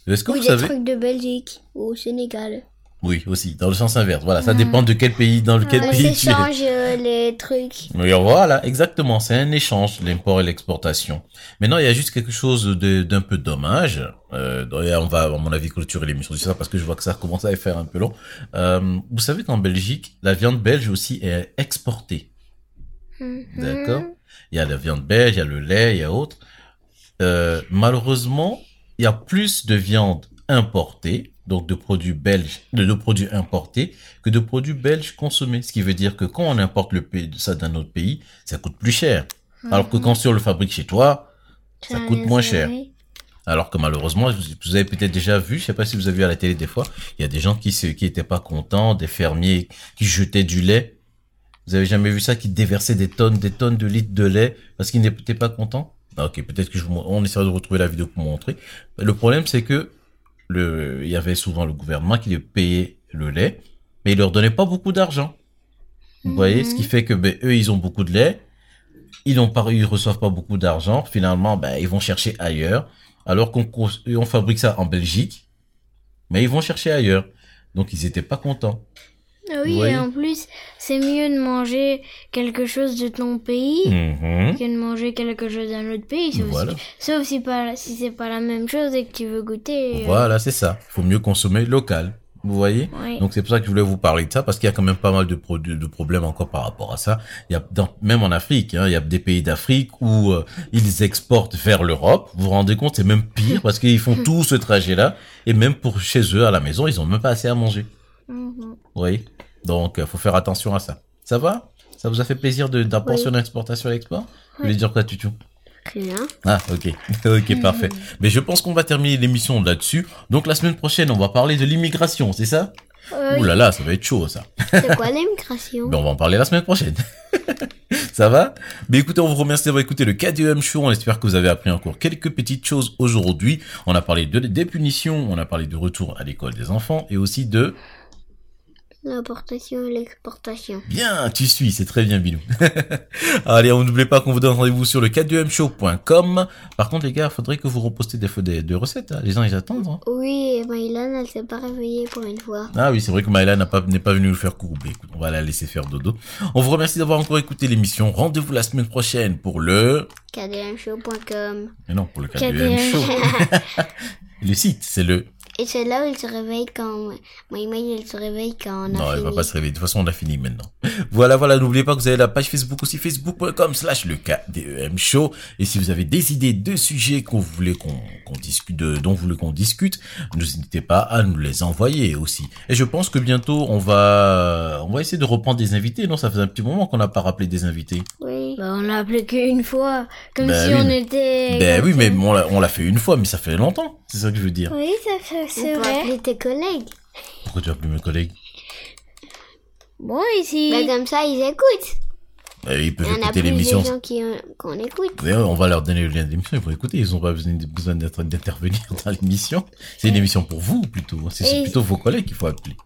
Speaker 1: Est-ce que
Speaker 3: Ou
Speaker 1: vous
Speaker 3: des
Speaker 1: savez
Speaker 3: trucs de Belgique ou au Sénégal.
Speaker 1: Oui, aussi, dans le sens inverse. Voilà, ça
Speaker 2: Mhm.
Speaker 1: dépend de quel pays, dans lequel
Speaker 3: On
Speaker 1: pays tu es.
Speaker 3: s'échange euh, les trucs.
Speaker 1: Oui, voilà, exactement. C'est un échange, l'import et l'exportation. Maintenant, il y a juste quelque chose de- d'un peu dommage. Euh, d'ailleurs, on va, à mon avis, clôturer l'émission sur ça parce que je vois que ça commence à faire un peu long. Euh, vous savez qu'en Belgique, la viande belge aussi est exportée.
Speaker 2: Mhm.
Speaker 1: D'accord. Il y a la viande belge, il y a le lait, il y a autres. Euh, malheureusement, il y a plus de viande importée, donc de produits belges, de, de produits importés, que de produits belges consommés. Ce qui veut dire que quand on importe le pays, ça d'un autre pays, ça coûte plus cher. Alors que quand on le fabrique chez toi, ça
Speaker 2: Ah,
Speaker 1: coûte moins
Speaker 2: c'est
Speaker 1: cher.
Speaker 2: vrai.
Speaker 1: Alors que malheureusement, vous vous avez peut-être déjà vu, je sais pas si vous avez vu à la télé des fois, il y a des gens qui se, qui étaient pas contents, des fermiers qui jetaient du lait. Vous avez jamais vu ça, qui déversaient des tonnes, des tonnes de litres de lait parce qu'ils n'étaient pas contents Ah, Ok, peut-être que je vous- on essaiera de retrouver la vidéo pour vous montrer. Le problème, c'est que le, il y avait souvent le gouvernement qui les payait le lait, mais il leur donnait pas beaucoup d'argent. Vous voyez, ce qui fait que ben, eux, ils ont beaucoup de lait, ils ont pas, ils reçoivent pas beaucoup d'argent. Finalement, ben, ils vont chercher ailleurs, alors qu'on cons- on fabrique ça en Belgique, mais ils vont chercher ailleurs. Donc, ils étaient pas contents.
Speaker 2: Ah oui,
Speaker 1: Oui.
Speaker 2: et en plus, c'est mieux de manger quelque chose de ton pays
Speaker 1: Mhm.
Speaker 2: que de manger quelque chose d'un autre pays. Sauf,
Speaker 1: Voilà.
Speaker 2: si, sauf si, pas, si c'est pas la même chose et que tu veux goûter. euh,
Speaker 1: Voilà, c'est ça. Il faut mieux consommer local. Vous voyez
Speaker 2: Oui.
Speaker 1: Donc c'est pour ça que je voulais vous parler de ça parce qu'il y a quand même pas mal de, pro- de problèmes encore par rapport à ça. Il y a dans- même en Afrique, hein, il y a des pays d'Afrique où euh, ils exportent vers l'Europe. Vous vous rendez compte, c'est même pire parce qu'ils
Speaker 3: (laughs)
Speaker 1: font tout ce trajet-là et même pour chez eux à la maison, ils ont même pas assez à manger.
Speaker 3: Mm-hmm.
Speaker 2: Mhm.
Speaker 1: Vous voyez Donc euh, faut faire attention à ça. Ça va Ça vous a fait plaisir de- d'apport
Speaker 3: Oui.
Speaker 1: sur l'exportation et l'export Vous voulez dire quoi, Tutu
Speaker 3: Rien.
Speaker 1: ah, ok. (laughs) ok,
Speaker 3: (laughs)
Speaker 1: parfait. Mais je pense qu'on va terminer l'émission là-dessus. Donc, la semaine prochaine, on va parler de l'immigration, c'est ça
Speaker 2: Euh,
Speaker 1: Ouh là là, ça va être chaud, ça.
Speaker 3: C'est quoi l'immigration
Speaker 1: Mais on va en parler la semaine prochaine. (laughs) ça va Mais écoutez, on vous remercie d'avoir écouté le KDM Show. On espère que vous avez appris encore quelques petites choses aujourd'hui. On a parlé de, des punitions, on a parlé du retour à l'école des enfants et aussi de...
Speaker 3: L'importation et l'exportation.
Speaker 1: Bien, tu suis, c'est très bien, Bilou. (laughs) Allez, on n'oublie pas qu'on vous donne rendez-vous sur le k2mshow.com. Par contre, les gars, faudrait que vous repostez des, des, des recettes. hein. Les gens, ils attendent. hein.
Speaker 3: Oui, et Maïlan, elle s'est pas réveillée pour une fois.
Speaker 1: Ah oui, c'est vrai que Maëla n'a pas, n'est pas venue nous faire coucou. Mais écoute, on va la laisser faire dodo. On vous remercie d'avoir encore écouté l'émission. Rendez-vous la semaine prochaine pour le...
Speaker 3: KDMshow.com.
Speaker 1: Mais non, pour le
Speaker 2: KDM.
Speaker 1: 4 show. (laughs) le site, c'est le...
Speaker 3: Et c'est là où il se réveille quand. Maïman, elle se réveille quand on a
Speaker 1: non, elle
Speaker 3: fini.
Speaker 1: va pas se réveiller. De toute façon, on a fini maintenant. (laughs) Voilà, voilà. N'oubliez pas que vous avez la page Facebook aussi, facebook.com slash le KDEM show. Et si vous avez des idées de sujets qu'on voulait qu'on qu'on discute, de, dont vous voulez qu'on discute, n'hésitez pas à nous les envoyer aussi. Et je pense que bientôt, on va, on va essayer de reprendre des invités. Non, ça faisait un petit moment qu'on n'a pas rappelé des invités.
Speaker 3: Oui.
Speaker 2: bah, on l'a appelé qu'une fois, comme
Speaker 1: Bah
Speaker 2: si
Speaker 1: oui,
Speaker 2: on
Speaker 1: mais-
Speaker 3: Eh
Speaker 2: était.
Speaker 1: Ben oui, mais on l'a- on l'a fait une fois, mais ça fait longtemps. C'est ça que je veux dire.
Speaker 2: Oui, ça fait- c'est
Speaker 3: On peut
Speaker 2: vrai.
Speaker 3: appeler tes collègues.
Speaker 1: Pourquoi tu as appelé mes collègues?
Speaker 2: Bon, ici.
Speaker 3: Bah, comme ça, ils écoutent.
Speaker 1: Ben, ils
Speaker 3: Il
Speaker 1: peuvent
Speaker 3: y en a
Speaker 1: écouter
Speaker 3: plus de
Speaker 1: l'émission.
Speaker 3: gens qui, euh, qu'on écoute.
Speaker 1: D'ailleurs, euh, on va leur donner le lien de l'émission, ils vont écouter, ils n'ont pas besoin besoin d'être- d'intervenir dans l'émission. C'est une émission pour vous, plutôt. C'est c'est
Speaker 2: Et-
Speaker 1: plutôt vos collègues qu'il faut appeler.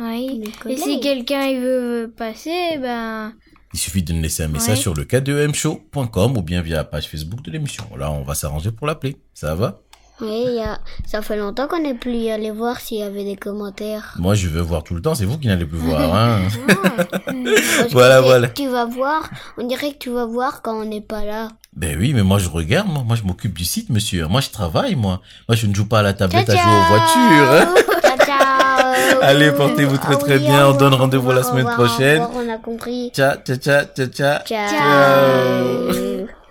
Speaker 2: Oui.
Speaker 3: Mes
Speaker 2: Et si
Speaker 3: collègues.
Speaker 2: quelqu'un il veut passer, ben.
Speaker 1: Il suffit de nous laisser un message
Speaker 2: Ouais.
Speaker 1: sur le k2mshow.com ou bien via la page Facebook de l'émission. Là, on va s'arranger pour l'appeler. Ça va
Speaker 3: Oui, il y a... ça fait longtemps qu'on n'est plus allé voir s'il y avait des
Speaker 1: (laughs)
Speaker 3: commentaires.
Speaker 1: Moi, je veux voir tout le temps, c'est vous qui n'allez
Speaker 2: (laughs)
Speaker 1: plus voir. Hein
Speaker 3: Parce que
Speaker 1: Voilà,
Speaker 3: tu-
Speaker 1: voilà.
Speaker 3: Tu vas voir, on dirait que tu vas voir quand on n'est pas là.
Speaker 1: ben oui, mais moi, je regarde, moi, moi je m'occupe du site, monsieur. Moi, je travaille, moi. Moi, je ne joue pas à la tablette à jouer aux voitures. hein. (laughs)
Speaker 3: ciao, ciao.
Speaker 1: Allez, portez-vous très,
Speaker 3: Ah
Speaker 1: très
Speaker 3: oui,
Speaker 1: bien.
Speaker 3: au
Speaker 1: On donne
Speaker 3: revoir,
Speaker 1: rendez-vous la
Speaker 3: au revoir,
Speaker 1: semaine
Speaker 3: au revoir,
Speaker 1: prochaine.
Speaker 3: au revoir, On a compris.
Speaker 1: Ciao, ciao, ciao, ciao, ciao.
Speaker 3: Ciao.